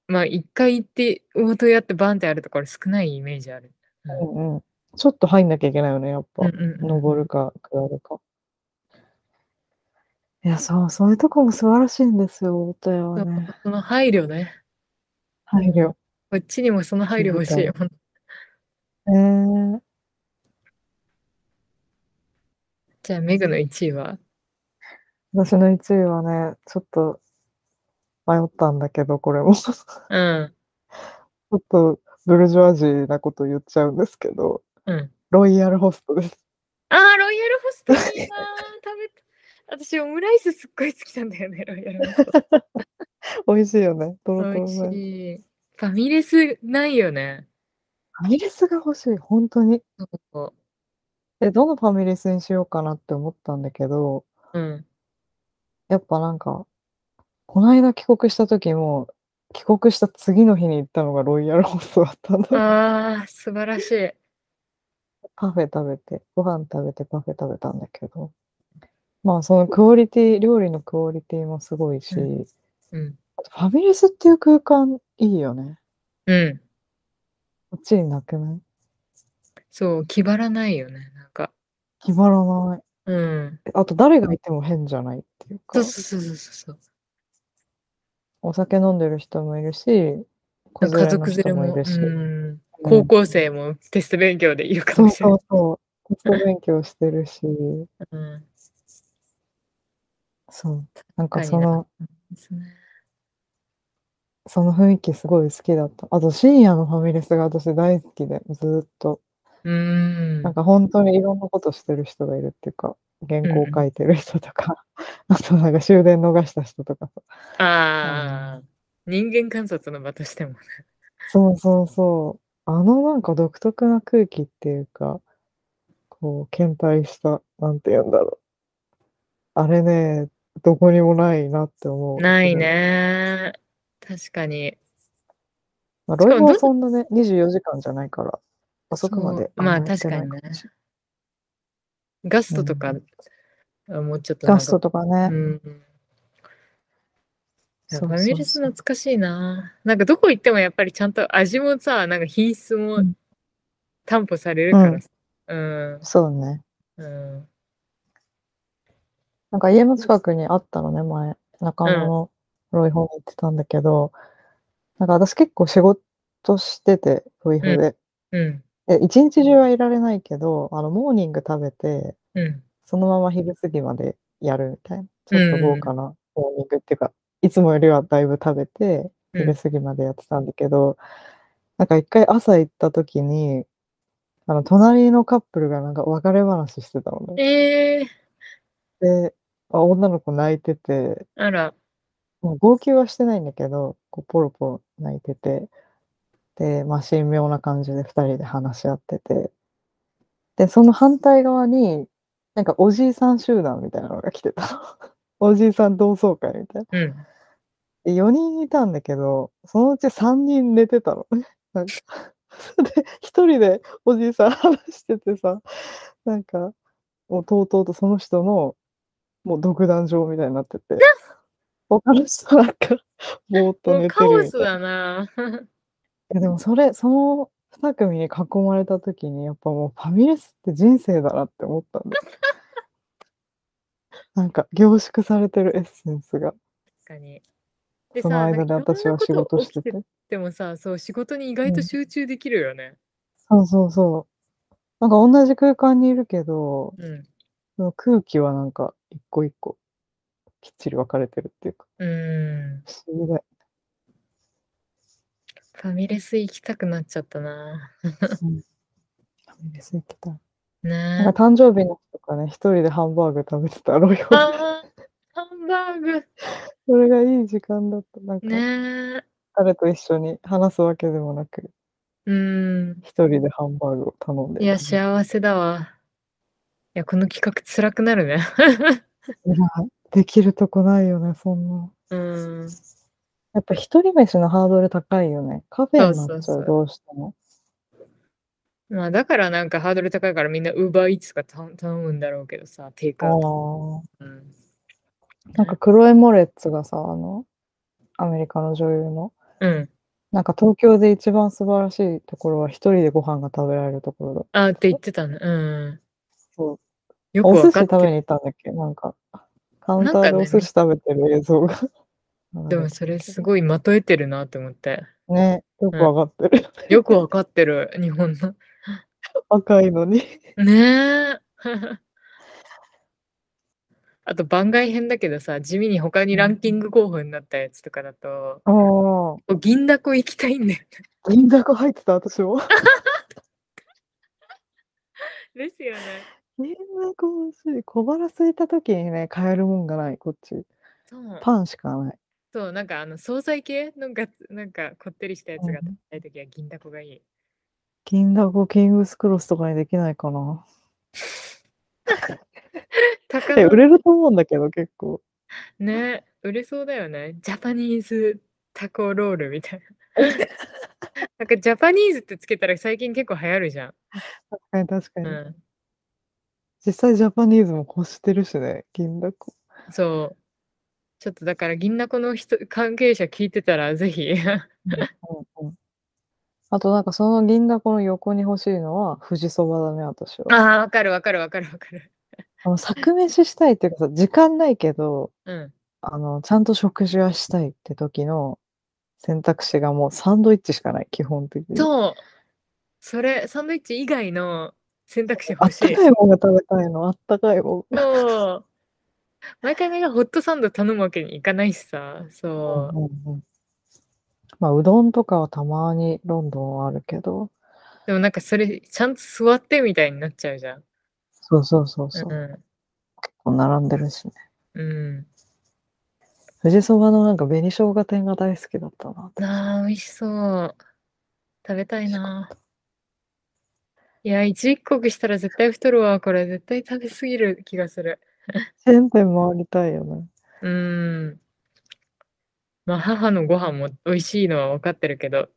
Speaker 2: まあ一回行って、大戸屋ってバンってあるところ少ないイメージある。
Speaker 1: うんうん。ちょっと入んなきゃいけないよね、やっぱ。
Speaker 2: うんうんうん
Speaker 1: 登るか、下るか。いや、そう、そういうとこも素晴らしいんですよ、大戸屋はね。
Speaker 2: その配慮ね。
Speaker 1: 配慮。
Speaker 2: こっちにもその配慮欲しいよ。
Speaker 1: えー、
Speaker 2: じゃあメグの1位は
Speaker 1: 私の1位はね、ちょっと迷ったんだけど、これも。ち
Speaker 2: うん。
Speaker 1: ょっとブルジョワジーなこと言っちゃうんですけど、
Speaker 2: うん。
Speaker 1: ロイヤルホストです。
Speaker 2: ああ、ロイヤルホストいいなー。食べた。私オムライスすっごい好きなんだよね、ロイヤルホスト。
Speaker 1: 美味しいよね、トロト
Speaker 2: 美
Speaker 1: ロ
Speaker 2: 味し
Speaker 1: ね。
Speaker 2: い。 ファミレスないよね。
Speaker 1: ファミレスが欲しい、本当に。
Speaker 2: そう
Speaker 1: え、どのファミレスにしようかなって思ったんだけど、
Speaker 2: うん。
Speaker 1: やっぱなんか、この間帰国した時も、帰国した次の日に行ったのがロイヤルホストだったんだ。
Speaker 2: ああ、素晴らしい。
Speaker 1: パフェ食べて、ご飯食べて、パフェ食べたんだけど、まあそのクオリティ、料理のクオリティもすごいし、
Speaker 2: うんうん。
Speaker 1: あとファミレスっていう空間いいよね。
Speaker 2: うん。
Speaker 1: こっちになくない
Speaker 2: そう、気張らないよね、なんか。
Speaker 1: 決まらない。
Speaker 2: うん。
Speaker 1: あと誰がいても変じゃないっていうか
Speaker 2: そう、そうそうそうそう。
Speaker 1: お酒飲んでる人もいるし、子
Speaker 2: 家
Speaker 1: 連れの
Speaker 2: 族連れ
Speaker 1: 人もい
Speaker 2: も、
Speaker 1: るし、
Speaker 2: うん。高校生もテスト勉強で言うか
Speaker 1: そ
Speaker 2: も
Speaker 1: う
Speaker 2: し
Speaker 1: そ
Speaker 2: れな
Speaker 1: う
Speaker 2: い。
Speaker 1: そう、テスト勉強してるし、
Speaker 2: うん。
Speaker 1: そう、なんか
Speaker 2: 確
Speaker 1: そ
Speaker 2: かにな
Speaker 1: の、
Speaker 2: ですね。
Speaker 1: その雰囲気すごい好きだった。あと深夜のファミレスが私大好きで、ずーっと。
Speaker 2: うん。
Speaker 1: なんか本当にいろんなことしてる人がいるっていうか、原稿書いてる人とか、 あとなんか終電逃した人とかさ、
Speaker 2: ああ、人間観察の場としても。
Speaker 1: そうそうそう、あのなんか独特な空気っていうか、こう、倦怠した、なんて言うんだろう。あれね、どこにもないなって思う。
Speaker 2: ない
Speaker 1: すごい。
Speaker 2: ね。確かに。
Speaker 1: まあ、ロイ
Speaker 2: しか
Speaker 1: ド
Speaker 2: も
Speaker 1: は
Speaker 2: ど
Speaker 1: そんなね、24時間じゃないから、遅くま
Speaker 2: そ
Speaker 1: で
Speaker 2: うまあ
Speaker 1: のやって
Speaker 2: 確か
Speaker 1: ない
Speaker 2: にね
Speaker 1: もしれない。
Speaker 2: ガストとか
Speaker 1: う、
Speaker 2: もうちょっとなん
Speaker 1: ガ
Speaker 2: か
Speaker 1: ストとかね
Speaker 2: う。ん。いや
Speaker 1: そう
Speaker 2: ファミレス
Speaker 1: そうそう
Speaker 2: 懐かしいな。なんかどこ行ってもやっぱりちゃんと味もさ、なんか品質も
Speaker 1: うん
Speaker 2: 担保されるからさ。うん。
Speaker 1: そうね。
Speaker 2: うん。
Speaker 1: なんか家の近くにあったのね、前。中野のロイホに行ってたんだけど、なんか私結構仕事してて、ロイホで。
Speaker 2: うん。
Speaker 1: え、一日中はいられないけど、あの、モーニング食べて、
Speaker 2: うん。
Speaker 1: そのまま昼過ぎまでやるみたいな。ち
Speaker 2: うん
Speaker 1: ょっと豪華なモーニングっていうか、いつもよりはだいぶ食べて、
Speaker 2: うん
Speaker 1: 昼過ぎまでやってたんだけど、なんか一回朝行った時に、あの、隣のカップルがなんか別れ話してたのね。
Speaker 2: ええー、
Speaker 1: で、あ女の子泣いてて、
Speaker 2: あら。
Speaker 1: もう号泣はしてないんだけど、こうポロポロ泣いてて、で、まあ、神妙な感じで2人で話し合ってて、で、その反対側に、なんかおじいさん集団みたいなのが来てたの。 おじいさん同窓会みたいな。
Speaker 2: うん。
Speaker 1: で、4人いたんだけど、そのうち3人寝てたの。 なんかで、1人でおじいさん話しててさ、なんか、もうとうとうとその人の、もう独壇場みたいにな ってて、他の人なんか、ぼーっと
Speaker 2: もう
Speaker 1: 寝て
Speaker 2: カ
Speaker 1: る
Speaker 2: オ
Speaker 1: み
Speaker 2: ス
Speaker 1: たいな。い
Speaker 2: だな。
Speaker 1: や、でもそれ、その2組に囲まれた時に、やっぱもうファミレスって人生だなって思ったん だよ。なんか凝縮されてるエッセンスが、
Speaker 2: 確かに。で
Speaker 1: その間で
Speaker 2: なんかい
Speaker 1: 私
Speaker 2: ろん
Speaker 1: は
Speaker 2: なこ
Speaker 1: 仕
Speaker 2: と
Speaker 1: 事して
Speaker 2: 起き
Speaker 1: て。
Speaker 2: でもさ、そう、仕事に意外と
Speaker 1: うん
Speaker 2: 集中できるよね。
Speaker 1: そうそうそう。なんか同じ空間にいるけど、
Speaker 2: うん。
Speaker 1: その空気はなんか一個一個きっちり分かれてるっていうか、
Speaker 2: うん。
Speaker 1: 不思議だよ
Speaker 2: ファミレス行きたくなっちゃったな。
Speaker 1: ね。ファミレス行きたい。
Speaker 2: ね
Speaker 1: なん
Speaker 2: え。
Speaker 1: か誕生日の日とかね、一人でハンバーグ食べてたロイホで。
Speaker 2: あーハンバーグ。
Speaker 1: それがいい時間だった。なんか、
Speaker 2: ねえ。
Speaker 1: 誰と一緒に話すわけでもなく、
Speaker 2: うん。
Speaker 1: 一人でハンバーグを頼んで
Speaker 2: いや、
Speaker 1: たね
Speaker 2: 幸せだわ。いや、この企画辛くなるね。
Speaker 1: いや できるとこないよね、そんな。
Speaker 2: うん。
Speaker 1: やっぱ一人飯のハードル高いよね。カフェになっち
Speaker 2: そ
Speaker 1: ゃ、
Speaker 2: うそうそうう
Speaker 1: どうしても。
Speaker 2: まあ、だからなんかハードル高いからみんな Uber Eats が頼頼むんだろうけどさ、テイクアウト。
Speaker 1: あ
Speaker 2: うん
Speaker 1: あ。なんかクロエ・モレッツがさ、あの、アメリカの女優の、
Speaker 2: うん。
Speaker 1: なんか東京で一番素晴らしいところは一人でご飯が食べられるところだ。
Speaker 2: あーって言ってたね。うん。
Speaker 1: そう
Speaker 2: よく
Speaker 1: お寿
Speaker 2: わ
Speaker 1: 司
Speaker 2: かっ
Speaker 1: 食べ
Speaker 2: て
Speaker 1: に行ったんだっけなんか、カウン
Speaker 2: なん
Speaker 1: タ
Speaker 2: か
Speaker 1: ーでお
Speaker 2: ね
Speaker 1: 寿司食べてる映像が。
Speaker 2: でもそれすごいまとえてるなって思って。
Speaker 1: ね、よくわかってる。
Speaker 2: よくわかってる、日本の。
Speaker 1: 若いのに。
Speaker 2: ねえ。 あと番外編だけどさ、地味に他にランキング候補になったやつとかだと、
Speaker 1: ああ。
Speaker 2: お銀だこ行きたい んだよね。
Speaker 1: 銀だこ入ってた、私も。
Speaker 2: ですよね。
Speaker 1: 銀だこ欲しい。小腹空いた時にね、買えるもんがない、こっち。
Speaker 2: そう。
Speaker 1: パンしかない。
Speaker 2: そう、なんかあの、惣菜系のが、なんかこってりしたやつが
Speaker 1: うん
Speaker 2: 食べたいときは銀だこがい い。
Speaker 1: 銀だこキングスクロスとかにできないかな。
Speaker 2: 高
Speaker 1: え、
Speaker 2: 野
Speaker 1: 売れると思うんだけど、結構。
Speaker 2: ね、売れそうだよね。ジャパニーズタコロールみたいな。 なんかジャパニーズってつけたら最近結構流行るじゃん。
Speaker 1: 確かに確か
Speaker 2: う
Speaker 1: に。
Speaker 2: ん。
Speaker 1: 実際ジャパニーズも欲してるしね、銀だこ。
Speaker 2: そう。ちょっとだから銀だこの人関係者聞いてたらぜひ。
Speaker 1: うんうんあとなんかその銀だこの横に欲しいのは富士そばだね、私は。
Speaker 2: ああ、わかるわかるわかるわかる。
Speaker 1: あの作飯したいっていうかさ、時間ないけど、
Speaker 2: うん。
Speaker 1: あの、ちゃんと食事はしたいって時の選択肢がもうサンドイッチしかない、基本的に。
Speaker 2: そう。それ、サンドイッチ以外の選択肢
Speaker 1: あ
Speaker 2: 欲
Speaker 1: っ
Speaker 2: したい。
Speaker 1: かいもんが食べたいの、あったかいもん。
Speaker 2: そう。毎回毎回ホットサンド頼むわけにいかないしさ。そう。
Speaker 1: うんうんまあ、うどんとかはたまにロンドンはあるけど、
Speaker 2: でもなんかそれ、ちゃんと座ってみたいになっちゃうじゃん。
Speaker 1: そうそうそうそう、
Speaker 2: うん。
Speaker 1: 結構並んでるしね。
Speaker 2: うん。
Speaker 1: 富士そばのなんか紅生姜店が大好きだったな。
Speaker 2: ああ、美味しそう。食べたいな。いや、一時帰国したら絶対太るわ。これ絶対食べ過ぎる気がする。
Speaker 1: チェーン店回りたいよね。
Speaker 2: うーん。まあ、母のご飯も美味しいのは分かってるけど。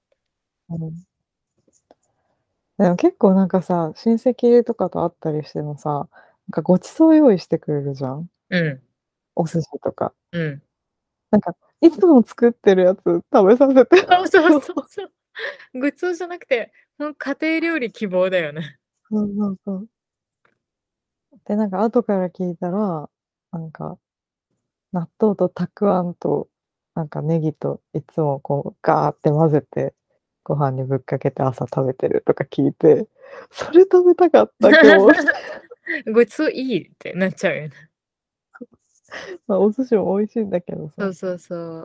Speaker 1: うんでも結構なんかさ、親戚とかと会ったりしてもさ、なんかごちそう用意してくれるじゃん。
Speaker 2: うん、
Speaker 1: お寿司とか。
Speaker 2: うん。
Speaker 1: なんか、いつも作ってるやつ食べさせて。
Speaker 2: そうそうそうそう。 ごちそうじゃなくて、もう家庭料理希望だよね。
Speaker 1: そうそうそう。で、なんか後から聞いたら、なんか、納豆とたくあんと、なんかネギといつもこうガーって混ぜて、ご飯にぶっかけて朝食べてるとか聞いて、それ食べたかった今日。
Speaker 2: ごちそういいってなっちゃうよね。
Speaker 1: まあ、お寿司も美味しいんだけど
Speaker 2: そ
Speaker 1: さ
Speaker 2: う。そうそう。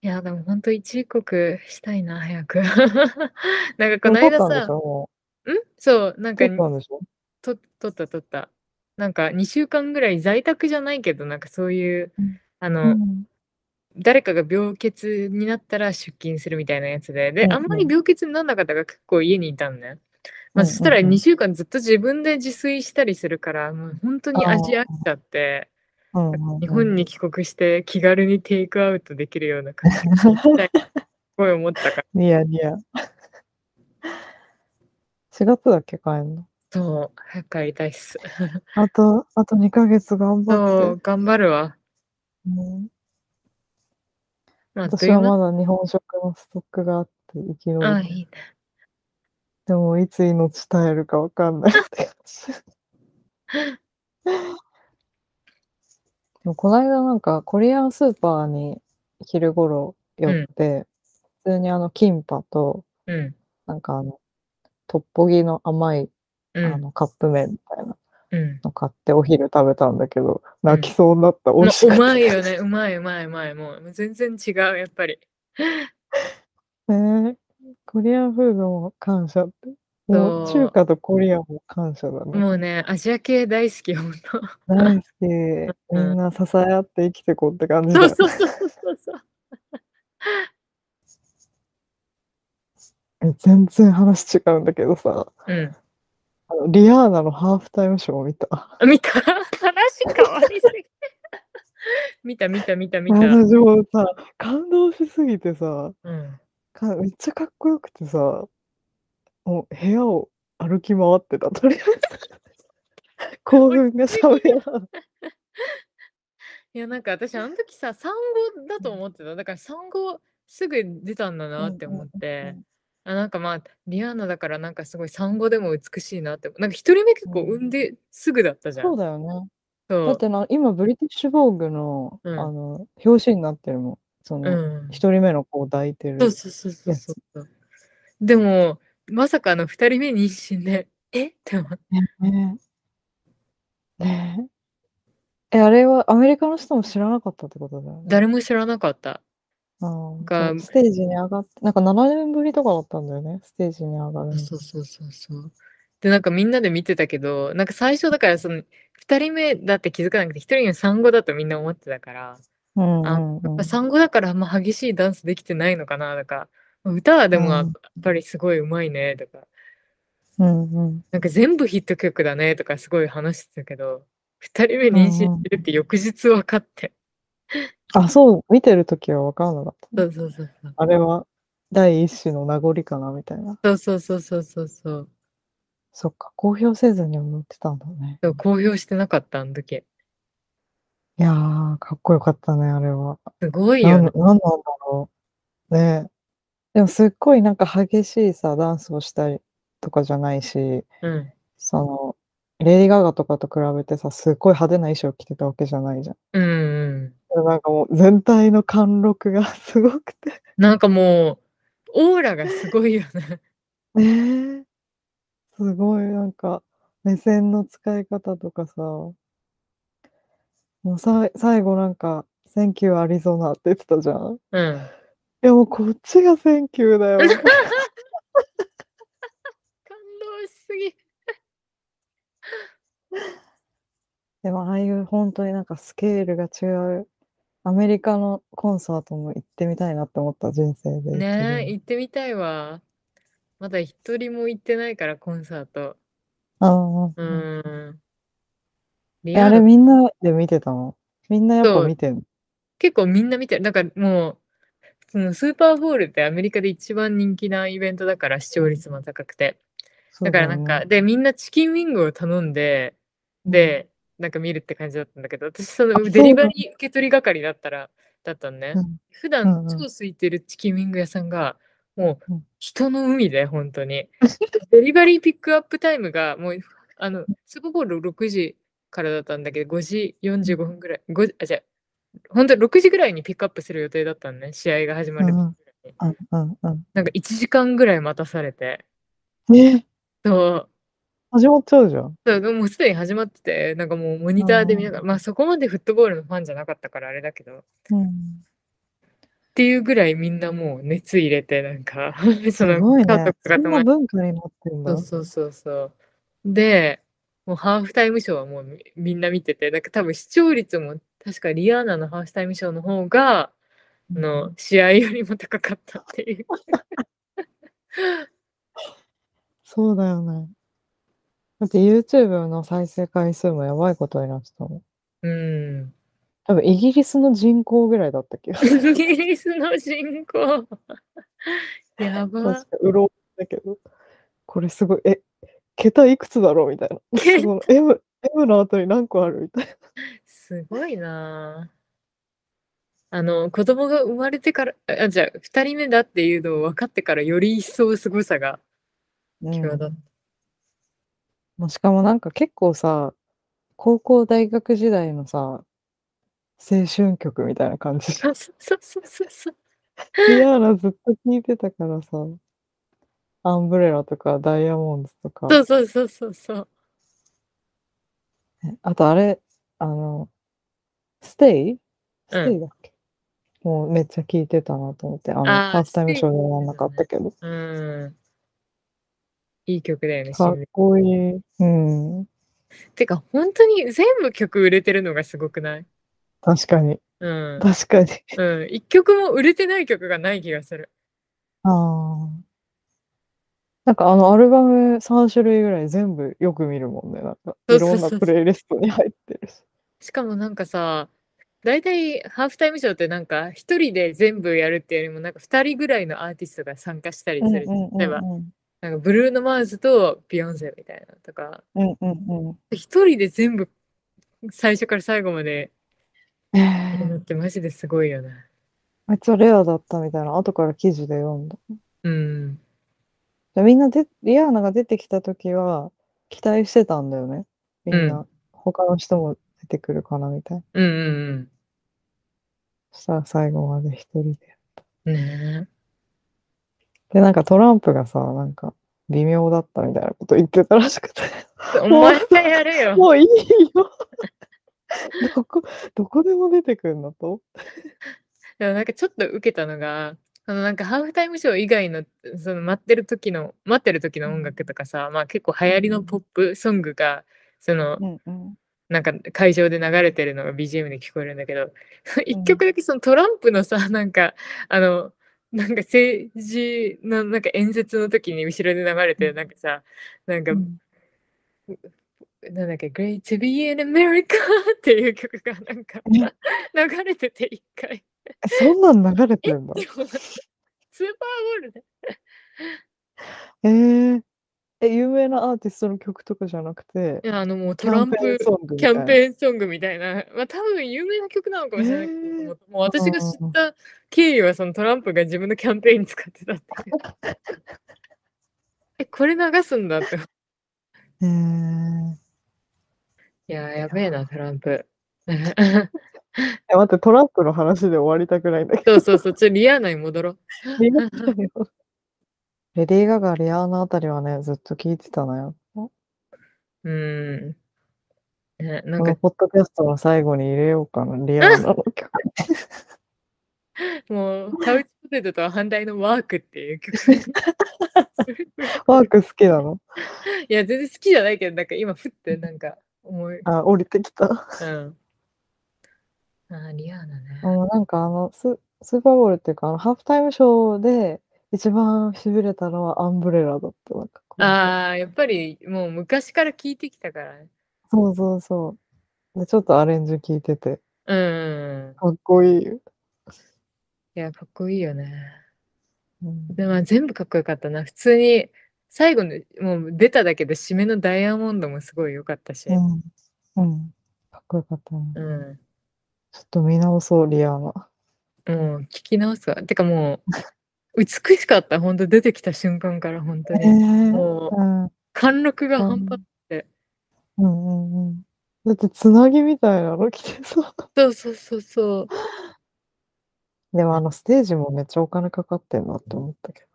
Speaker 2: いや、でも本当一時帰国したいな、早く。 なんかこの
Speaker 1: もう撮ったん
Speaker 2: 間
Speaker 1: で
Speaker 2: さ
Speaker 1: し、ょも
Speaker 2: んそう、なん
Speaker 1: う
Speaker 2: か
Speaker 1: 撮ったんでしょ
Speaker 2: と、撮った撮った。なんか2週間ぐらい在宅じゃないけど、なんかそういう
Speaker 1: うん、
Speaker 2: あ
Speaker 1: う
Speaker 2: の、
Speaker 1: ん
Speaker 2: 誰かが病欠になったら出勤するみたいなやつで、で、
Speaker 1: うん
Speaker 2: あんまり
Speaker 1: うん
Speaker 2: 病欠にならなかったから結構家にいたんね。ま
Speaker 1: うんうん
Speaker 2: あ、そしたら
Speaker 1: うん
Speaker 2: 2週間ずっと自分で自炊したりするから、もう本当に
Speaker 1: あー
Speaker 2: 味飽きちゃって、
Speaker 1: うんうんうん
Speaker 2: 日本に帰国して気軽にテイクアウトできるような感じにしたいすごい思 ったから。
Speaker 1: ニヤニヤ。4月だっけ帰るの
Speaker 2: そう、早く帰りたいっす。
Speaker 1: あと、あと2ヶ月頑
Speaker 2: そ
Speaker 1: 張って
Speaker 2: う、。頑張るわ。
Speaker 1: うん
Speaker 2: まあ、あっと
Speaker 1: 私
Speaker 2: いう
Speaker 1: は
Speaker 2: 間
Speaker 1: まだ日本食のストックがあって生き延び
Speaker 2: あ、
Speaker 1: た
Speaker 2: いいね。
Speaker 1: でもいつ命絶えるかわかん ないって感じでもこの間なんかコリアンスーパーに昼頃寄って、普通にあのキンパと
Speaker 2: うん、
Speaker 1: なんかあのトッポギの甘いあ
Speaker 2: うん、
Speaker 1: のカップ麺みたいな
Speaker 2: うん。
Speaker 1: の買ってお昼食べたんだけど、
Speaker 2: ん
Speaker 1: 泣きそうになった、美
Speaker 2: ま
Speaker 1: 味し
Speaker 2: う
Speaker 1: かった
Speaker 2: まいよね。うまいうまいうまい。もうもう全然違う、やっぱり。
Speaker 1: ねえコリアンフードも感謝ってもう
Speaker 2: そう
Speaker 1: 中華とコリアンも感謝だね。
Speaker 2: もうね、アジア系大好き、ほんと。
Speaker 1: 大好き。みんな支え合って生きてこうって感じだ
Speaker 2: そ
Speaker 1: よ
Speaker 2: う
Speaker 1: ね
Speaker 2: そうそうそうそう。
Speaker 1: え全然話違うんだけどさ、
Speaker 2: うん。
Speaker 1: あのリアーナのハーフタイムショーを見た。
Speaker 2: あ見た話変わりすぎ。見た見た見た見た。
Speaker 1: 私もさ、感動しすぎてさ、
Speaker 2: うん、
Speaker 1: かめっちゃかっこよくてさ、もう部屋を歩き回ってた、とりあえ ず。興奮が冷めやらん
Speaker 2: いや、なんか私、あの時さ、産後だと思ってた。だから産後すぐ出たんだなって思って。あなんかまあ、リアーナだからなんかすごい産後でも美しいなって。なんか一人目結構
Speaker 1: うん
Speaker 2: 産んですぐだったじゃん。
Speaker 1: そうだよね。
Speaker 2: そ
Speaker 1: だっ
Speaker 2: う。
Speaker 1: てな、今、ブリティッシュ・ボーグの、
Speaker 2: うん
Speaker 1: あの、表紙になってるもん。その、
Speaker 2: うん。
Speaker 1: 一、人目の子を抱いてる。
Speaker 2: そうそうそうそうそうそう。でも、まさかの二人目妊娠で、えって思って。
Speaker 1: ねえ。ねえ。え、あれはアメリカの人も知らなかったってことだよね。
Speaker 2: 誰も知らなかった。
Speaker 1: うん
Speaker 2: が
Speaker 1: そうステージに上がって、なんか7年ぶりとかだったんだよね、ステージに上がるの。
Speaker 2: そうそうそうそう。で、なんかみんなで見てたけど、なんか最初だからその、二人目だって気づかなくて、一人目は産後だとみんな思ってたから、
Speaker 1: うん
Speaker 2: あ
Speaker 1: うんうん
Speaker 2: まあ産後だからあんま激しいダンスできてないのかなとか、まあ歌はでもや
Speaker 1: うん
Speaker 2: っぱりすごいうまいねとか、
Speaker 1: うんうん
Speaker 2: なんか全部ヒット曲だねとかすごい話してたけど、二人目妊娠してるって翌日分かって。
Speaker 1: あ、そう、見てるときは分からなかった。
Speaker 2: そうそうそうそう。
Speaker 1: あれは第一子の名残かなみたいな。
Speaker 2: そうそうそうそうそうそう。
Speaker 1: そっか、公表せずに踊ってたんだね。
Speaker 2: でも公表してなかったあの時。
Speaker 1: いやー、かっこよかったね、あれは。
Speaker 2: すごい
Speaker 1: なん
Speaker 2: よ
Speaker 1: なんな
Speaker 2: ね。
Speaker 1: んだろう。ねえでもすっごいなんか激しいさ、ダンスをしたりとかじゃないし、
Speaker 2: うん。
Speaker 1: その、レディー・ガガとかと比べてさ、すっごい派手な衣装着てたわけじゃないじゃん。
Speaker 2: うんうん。
Speaker 1: なんかもう全体の貫禄がすごくて。
Speaker 2: なんかもう、オーラがすごいよね。
Speaker 1: ええすごいなんか目線の使い方とかさ、もうさ最後なんか、センキューアリゾナって言ってたじゃん。い
Speaker 2: うん。
Speaker 1: やもうこっちがセンキューだよ。 みたいな
Speaker 2: 感動しすぎ。
Speaker 1: でもああいう本当になんかスケールが違う、アメリカのコンサートも行ってみたいなって思った人生で。
Speaker 2: ねえ、行ってみたいわ。まだ一人も行ってないから、コンサート。
Speaker 1: ああ、
Speaker 2: うーん。リ
Speaker 1: え
Speaker 2: ア
Speaker 1: あれ
Speaker 2: ル、
Speaker 1: みんなで見てたのみんなやっ
Speaker 2: そ
Speaker 1: ぱ
Speaker 2: う
Speaker 1: 見てんの
Speaker 2: 結構みんな見てる。なんかもう、そのスーパーボールってアメリカで一番人気なイベントだから視聴率も高くて。
Speaker 1: そう
Speaker 2: だから
Speaker 1: よ
Speaker 2: なん
Speaker 1: ね
Speaker 2: か、で、みんなチキンウィングを頼んで、
Speaker 1: うん
Speaker 2: で、なんか見るって感じだったんだけど、私、そ
Speaker 1: あ
Speaker 2: の
Speaker 1: そう
Speaker 2: デリバ
Speaker 1: なんだ
Speaker 2: リー受け取り係だったら、だったのね
Speaker 1: うん。う
Speaker 2: 普
Speaker 1: んう
Speaker 2: 段
Speaker 1: ん
Speaker 2: 超空いてるチキンウィング屋さんが、も
Speaker 1: う
Speaker 2: うん人の海で、本当に。 デリバリーピックアップタイムが、もう、あの、スーパーボール6時からだったんだけど、5時45分ぐらい、5あ、じゃ本当6時ぐらいにピックアップする予定だったのね、試合が始まる
Speaker 1: う
Speaker 2: 時
Speaker 1: ん
Speaker 2: ぐ
Speaker 1: う
Speaker 2: ら
Speaker 1: ん
Speaker 2: いに。
Speaker 1: うんうんうん
Speaker 2: なんか1時間ぐらい待たされて、
Speaker 1: ね
Speaker 2: そう。
Speaker 1: 始まっちゃうじゃん。
Speaker 2: そうでももうすでに始まってて、なんかもうモニターで見ながら、まあそこまでフットボールのファンじゃなかったからあれだけど、っ
Speaker 1: うん、
Speaker 2: ていうぐらいみんなもう熱入れて、なんか、
Speaker 1: す
Speaker 2: その
Speaker 1: ごい
Speaker 2: 監
Speaker 1: ね
Speaker 2: 督。
Speaker 1: そ
Speaker 2: が
Speaker 1: ん
Speaker 2: 止
Speaker 1: な
Speaker 2: ま
Speaker 1: 文化になってんだ。
Speaker 2: そうそうそうそう。で、もうハーフタイムショーはもうみみんな見てて、なんか多分視聴率も確かリアーナのハーフタイムショーの方が、あの試合よりも高かったって いう。
Speaker 1: そうだよね。だって YouTube の再生回数もやばいことになってたもん。
Speaker 2: うん。
Speaker 1: 多分イギリスの人口ぐらいだった気がする。
Speaker 2: イギリスの人 口。やば。
Speaker 1: 確かうろ覚えだけど。これすごい、え、桁いくつだろうみたいな。
Speaker 2: 桁
Speaker 1: その M, M の後に何個あるみたいな。
Speaker 2: すごいなあ。あの、子供が生まれてから、あ、じゃあ、二人目だっていうのを分かってから、より一層凄さが際立っ
Speaker 1: う
Speaker 2: た
Speaker 1: ん。まあしかもなんか結構さ、高校大学時代のさ、青春曲みたいな感 じじゃん
Speaker 2: そうそうそうそうそう。
Speaker 1: リアーナずっと聞いてたからさ、アンブレラとかダイヤモンドとか、
Speaker 2: そうそうそうそうそう。
Speaker 1: あとあれ、あの、ステイ
Speaker 2: うん
Speaker 1: ステイだっけ、もうめっちゃ聞いてたなと思って、あの、
Speaker 2: あー
Speaker 1: ハーフタイムショーで
Speaker 2: ステイ
Speaker 1: やらなかったけど、
Speaker 2: うん。いい曲だよね、
Speaker 1: かっ
Speaker 2: 心霊
Speaker 1: こいい。うん。
Speaker 2: てか、本当に全部曲売れてるのがすごくない
Speaker 1: 確かに。
Speaker 2: うん。
Speaker 1: 確かに。
Speaker 2: うん。一曲も売れてない曲がない気がする。
Speaker 1: ああ。なんかあのアルバム3種類ぐらい全部よく見るもんね。なんか
Speaker 2: そう
Speaker 1: い
Speaker 2: そう
Speaker 1: ろん
Speaker 2: そうそ
Speaker 1: な
Speaker 2: う
Speaker 1: プレイリストに入ってるし。
Speaker 2: しかもなんかさ、大体ハーフタイムショーってなんか一人で全部やるっていうよりもなんか二人ぐらいのアーティストが参加したりする。例えば、なんかブルーノ・マーズとビヨンセみたいなのとか、
Speaker 1: うんうんう
Speaker 2: 一人で全部最初から最後まで
Speaker 1: ん。
Speaker 2: や
Speaker 1: え
Speaker 2: るの
Speaker 1: ー
Speaker 2: ってマジですごいよね。
Speaker 1: めっちゃレアだったみたいな、後から記事で読んだ。
Speaker 2: うん。
Speaker 1: でみんなで、リアーナが出てきた時は、期待してたんだよね。みん
Speaker 2: う
Speaker 1: な、他の人も出てくるかなみたいな。
Speaker 2: うんうん
Speaker 1: そしたら最後まで一人で。
Speaker 2: うん。ね
Speaker 1: で、なんかトランプがさ、なんか微妙だったみたいなこと言ってたらしくて。
Speaker 2: え。お前がやれ よ。
Speaker 1: もういいよ。どこ、どこでも出てくるのと。
Speaker 2: でもなんかちょっと受けたのが、あのなんかハーフタイムショー以外のその待ってる時の待ってる時の音楽とかさ、まあ結構流行りのポップソングがその
Speaker 1: うんうん。
Speaker 2: なんか会場で流れてるのが BGM で聞こえるんだけど、
Speaker 1: う
Speaker 2: 一
Speaker 1: ん
Speaker 2: 曲だけそのトランプのさ、 なんか、あの、なんか政治のなんか演説の時に後ろで流れてるなんかさ、なんか、なんだっけ、Great to be in America っていう曲がなんか流れてて一回。
Speaker 1: そんなん流れてるんだ。
Speaker 2: でもスーパーボールで。
Speaker 1: えー、え、有名なアーティストの曲とかじゃなくて
Speaker 2: い、やあのもう
Speaker 1: キ
Speaker 2: トラ
Speaker 1: ャ
Speaker 2: ン
Speaker 1: ンペーン
Speaker 2: プ
Speaker 1: ソングみ
Speaker 2: キ
Speaker 1: たい
Speaker 2: ャン
Speaker 1: な。
Speaker 2: ペーンソングみたいな、まあ多分有名な曲なのかもしれないけど、
Speaker 1: えー
Speaker 2: もうもう私が知っ
Speaker 1: うんうんうん
Speaker 2: た経緯はそのトランプが自分のキャンペーンに使ってたっていう え、これ流すんだって。い
Speaker 1: えー
Speaker 2: やー、やべえな、トランプ。
Speaker 1: え、待って、トランプの話で終わりたくないんだけ
Speaker 2: そうそうそう、ちょっとリアーナに戻ろう。
Speaker 1: ど。リアーナよ レディー・ガガ、リアーナあたりはね、ずっと聞いてたのよ。こ
Speaker 2: うーん。ね、なん
Speaker 1: の
Speaker 2: か
Speaker 1: ポッドキャストの最後に入れようかな、リアーナ の曲。
Speaker 2: もう、カウチポテトとは反対のワークっていう 曲。い
Speaker 1: ワーク好きなの
Speaker 2: や、全然好きじゃないけど、なんか今、ふってなんか思い、
Speaker 1: あ、降りてきた。
Speaker 2: うん。あー、リアーナね
Speaker 1: あ。の、なんかあの、ス、スーパーボールっていうか、あの、ハーフタイムショーで一番痺れたのはアンブレラだった。なんかこう
Speaker 2: ああ、やっぱりもう昔から聞いてきたからね。
Speaker 1: そうそうそう。で、ちょっとアレンジ聞いてて、
Speaker 2: うん。
Speaker 1: かっこいいよ。
Speaker 2: いや、かっこいいよね。
Speaker 1: うん
Speaker 2: で、まあ全部かっこよかったな。普通に最後のもう出ただけで締めのダイヤモンドもすごい良かったし。
Speaker 1: うん。うん。かっこよかったな。
Speaker 2: う
Speaker 1: ちょっと見直そう、リアーナ。
Speaker 2: ん。もう聞き直すわ。てかもう 美しかった。本当出てきた瞬間から本当
Speaker 1: え
Speaker 2: に。
Speaker 1: ー
Speaker 2: もう
Speaker 1: うん。
Speaker 2: 貫禄が
Speaker 1: うん
Speaker 2: 半端。
Speaker 1: うんうんうん。だって、つなぎみたいなの着てさ。
Speaker 2: そうそうそうそう。
Speaker 1: でも、あの、ステージもめっちゃお金かかってんなって思ったけ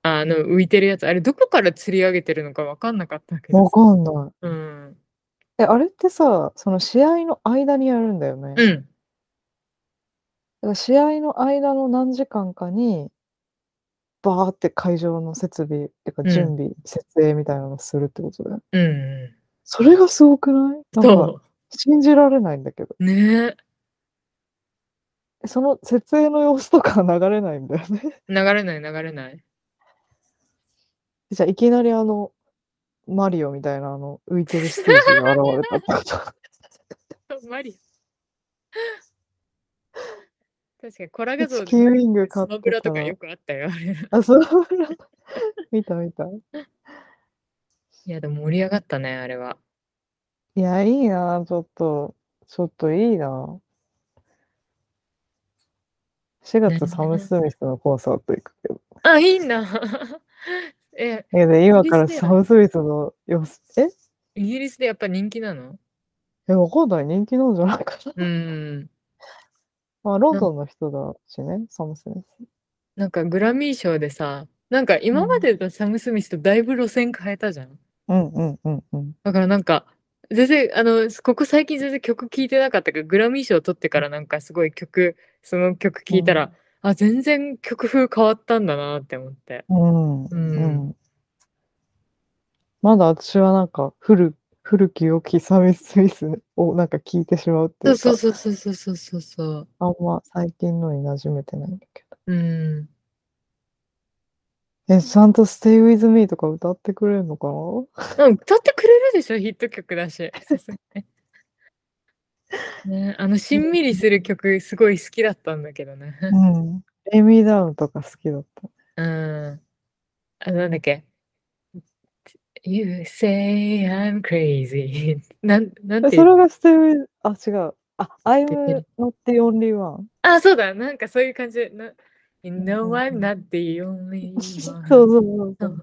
Speaker 2: あの浮いてるやつ。あれどこから釣り上げてるのか分かんなかったけ
Speaker 1: ど。
Speaker 2: ど
Speaker 1: わ。かんない。
Speaker 2: うん。
Speaker 1: え、あれってさ、その試合の間にやるんだよね。だか
Speaker 2: うん。
Speaker 1: ら試合の間の何時間かに、バーって会場の設備、っていうか
Speaker 2: うん
Speaker 1: 準備、設営みたいなのするってことだよね。
Speaker 2: うんう。
Speaker 1: それがすごくないなんんか、
Speaker 2: そ
Speaker 1: 信じられないんだけど。
Speaker 2: う。ねえ。
Speaker 1: えその設営の様子とかは流れないんだよね。
Speaker 2: 流れない流れない。
Speaker 1: じゃあ、いきなりあの、マリオみたいなあの、浮いてるステージが現れた ってこ
Speaker 2: マリオ。確かにコラ画像
Speaker 1: と。チ
Speaker 2: で
Speaker 1: キンウィング買
Speaker 2: ス
Speaker 1: っ
Speaker 2: マブ
Speaker 1: て
Speaker 2: ラ
Speaker 1: た
Speaker 2: と
Speaker 1: ら
Speaker 2: かよくあったよ。あれ
Speaker 1: あ、そう。見た見た。
Speaker 2: いや、でも盛り上がったね、あれは。
Speaker 1: いや、いいなあ、ちょっと。ちょっといいなあ。4
Speaker 2: ね
Speaker 1: 月、サム・スミスのコンサート行くけど。
Speaker 2: あ、いいな。 え、
Speaker 1: いや、で、今
Speaker 2: イギリス
Speaker 1: から
Speaker 2: だよ
Speaker 1: サム・スミスの様子、え
Speaker 2: イギリスでやっぱ人気なの
Speaker 1: え、わかんない。人気なんじゃないかな。
Speaker 2: うーん。
Speaker 1: まあ、ロンドンの人だしね、サム・スミス。
Speaker 2: なんかグラミー賞でさ、なんか今までのサム・スミスとだいぶ路線変えたじゃん。
Speaker 1: うんうんうんうん。
Speaker 2: だからなんか、全然、あの、ここ最近全然曲聴いてなかったけど、グラミー賞取ってからなんかすごい曲、その曲聴いたら、あ、全然曲風変わったんだなって思って。
Speaker 1: うん。
Speaker 2: うん
Speaker 1: うん。まだ私はなんか古古き良きサービススミスをなんか聞いてしまうっていうか
Speaker 2: そうそうそうそうそうそうそう。
Speaker 1: あんま最近のに馴染めてないんだけ
Speaker 2: うん。
Speaker 1: どえちゃんと「Stay with me」とか歌ってくれるのかな
Speaker 2: うん歌ってくれるでしょヒット曲だし。さすがに ね、あのしんみりする曲すごい好きだったんだけどね。
Speaker 1: うんエイミー・ダウンとか好きだった
Speaker 2: うん。あの、なんだっけ。You say I'm crazy. なん、なん
Speaker 1: え
Speaker 2: てい
Speaker 1: そうれ
Speaker 2: の
Speaker 1: が「Stay with」あ違うあ「I'm
Speaker 2: で
Speaker 1: not the only one
Speaker 2: あ、そうだ。なんかそういう感じで。な You
Speaker 1: う
Speaker 2: know
Speaker 1: ん
Speaker 2: I'm not the only」
Speaker 1: そうそう
Speaker 2: one.
Speaker 1: そう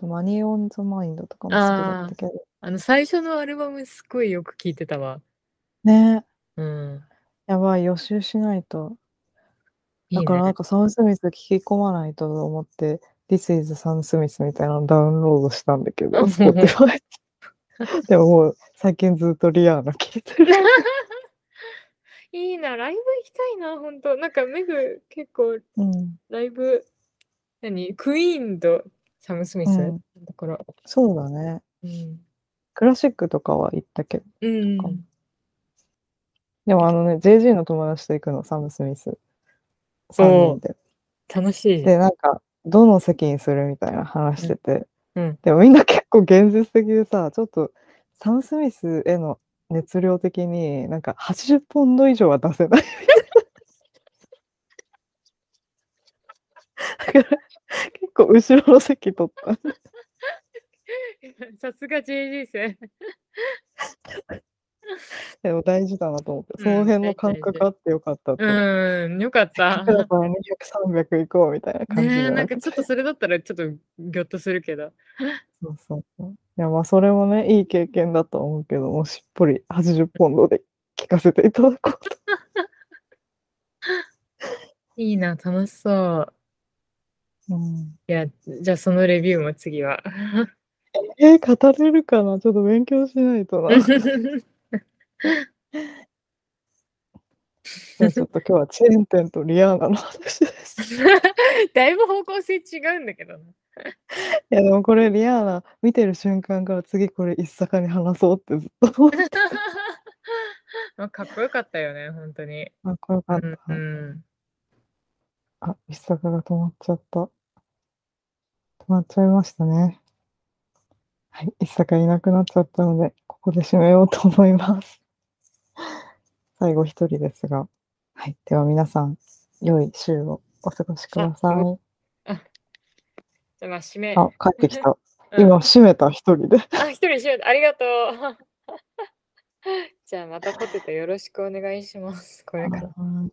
Speaker 1: そうマニー・オン・ザ・マインドとかも好きだったけど
Speaker 2: あの、最初のアルバムすっごいよく聞いてたわ。
Speaker 1: ね
Speaker 2: うん。
Speaker 1: やばい予習しないと
Speaker 2: いい
Speaker 1: だからなん
Speaker 2: ね。
Speaker 1: かサム・スミス聞き込まないとと思って、This is Sam Smith みたいなのダウンロードしたんだけど、
Speaker 2: うん
Speaker 1: Spotify でももう最近ずっとリアーナ聞いて る。
Speaker 2: いいな。ライブ行きたいな、ほんと。なんか、メグ結構
Speaker 1: うん、
Speaker 2: ライブ、何クイーンとサム・スミス、
Speaker 1: うん
Speaker 2: だから。
Speaker 1: そうだね。
Speaker 2: うん。
Speaker 1: クラシックとかは行ったけど。
Speaker 2: うん
Speaker 1: か。でもあのね、JG の友達と行くの、サム・スミス。3人で。
Speaker 2: 楽しいじゃん。
Speaker 1: で、なんか、どの席にするみたいな話してて。
Speaker 2: うん
Speaker 1: でもみんな結構現実的でさ、ちょっとサム・スミスへの熱量的になんか80ポンド以上は出せないだから結構後ろの席取った。
Speaker 2: さすが JG 生。
Speaker 1: でも大事だなと思って、
Speaker 2: うん
Speaker 1: その辺の
Speaker 2: 大
Speaker 1: 感
Speaker 2: 事
Speaker 1: 覚あってよかったと。
Speaker 2: うん、よかった
Speaker 1: だ。から200、300行こうみたいな感じ
Speaker 2: ね
Speaker 1: で、
Speaker 2: え、なんかちょっとそれだったらちょっとギョッとするけど。
Speaker 1: そうそうそう。いやまあそれもね、いい経験だと思うけど、もうしっぽり80ポンドで聞かせていただこうと。
Speaker 2: いいな、楽しそう。
Speaker 1: うん、
Speaker 2: いや、じゃあそのレビューも次は。
Speaker 1: えー語れるかなちょっと勉強しないとな。じゃあ ちょっと今日はチェーン店とリアーナの話 です。
Speaker 2: だいぶ方向性違うんだ けどな。
Speaker 1: いやでもこれリアーナ見てる瞬間から次これ一坂に話そうってずっと思って
Speaker 2: まあ、かっこよかったよね、本当に。
Speaker 1: たかよかっ
Speaker 2: うん、
Speaker 1: た。
Speaker 2: うん。
Speaker 1: あ、一坂が止まっちゃった。止まっちゃいましたね。はい、一坂いなくなっちゃったので、ここで締めようと思います。 最後一人ですが。はい、では皆さん、良い週をお過ごしください。
Speaker 2: じゃあまあ、締め。
Speaker 1: あ、帰ってきた。
Speaker 2: うん
Speaker 1: 今、閉めた一人で。
Speaker 2: あ、一人締めた。ありがとう。 じゃあまたポテトよろしくお願いします。これから。
Speaker 1: はい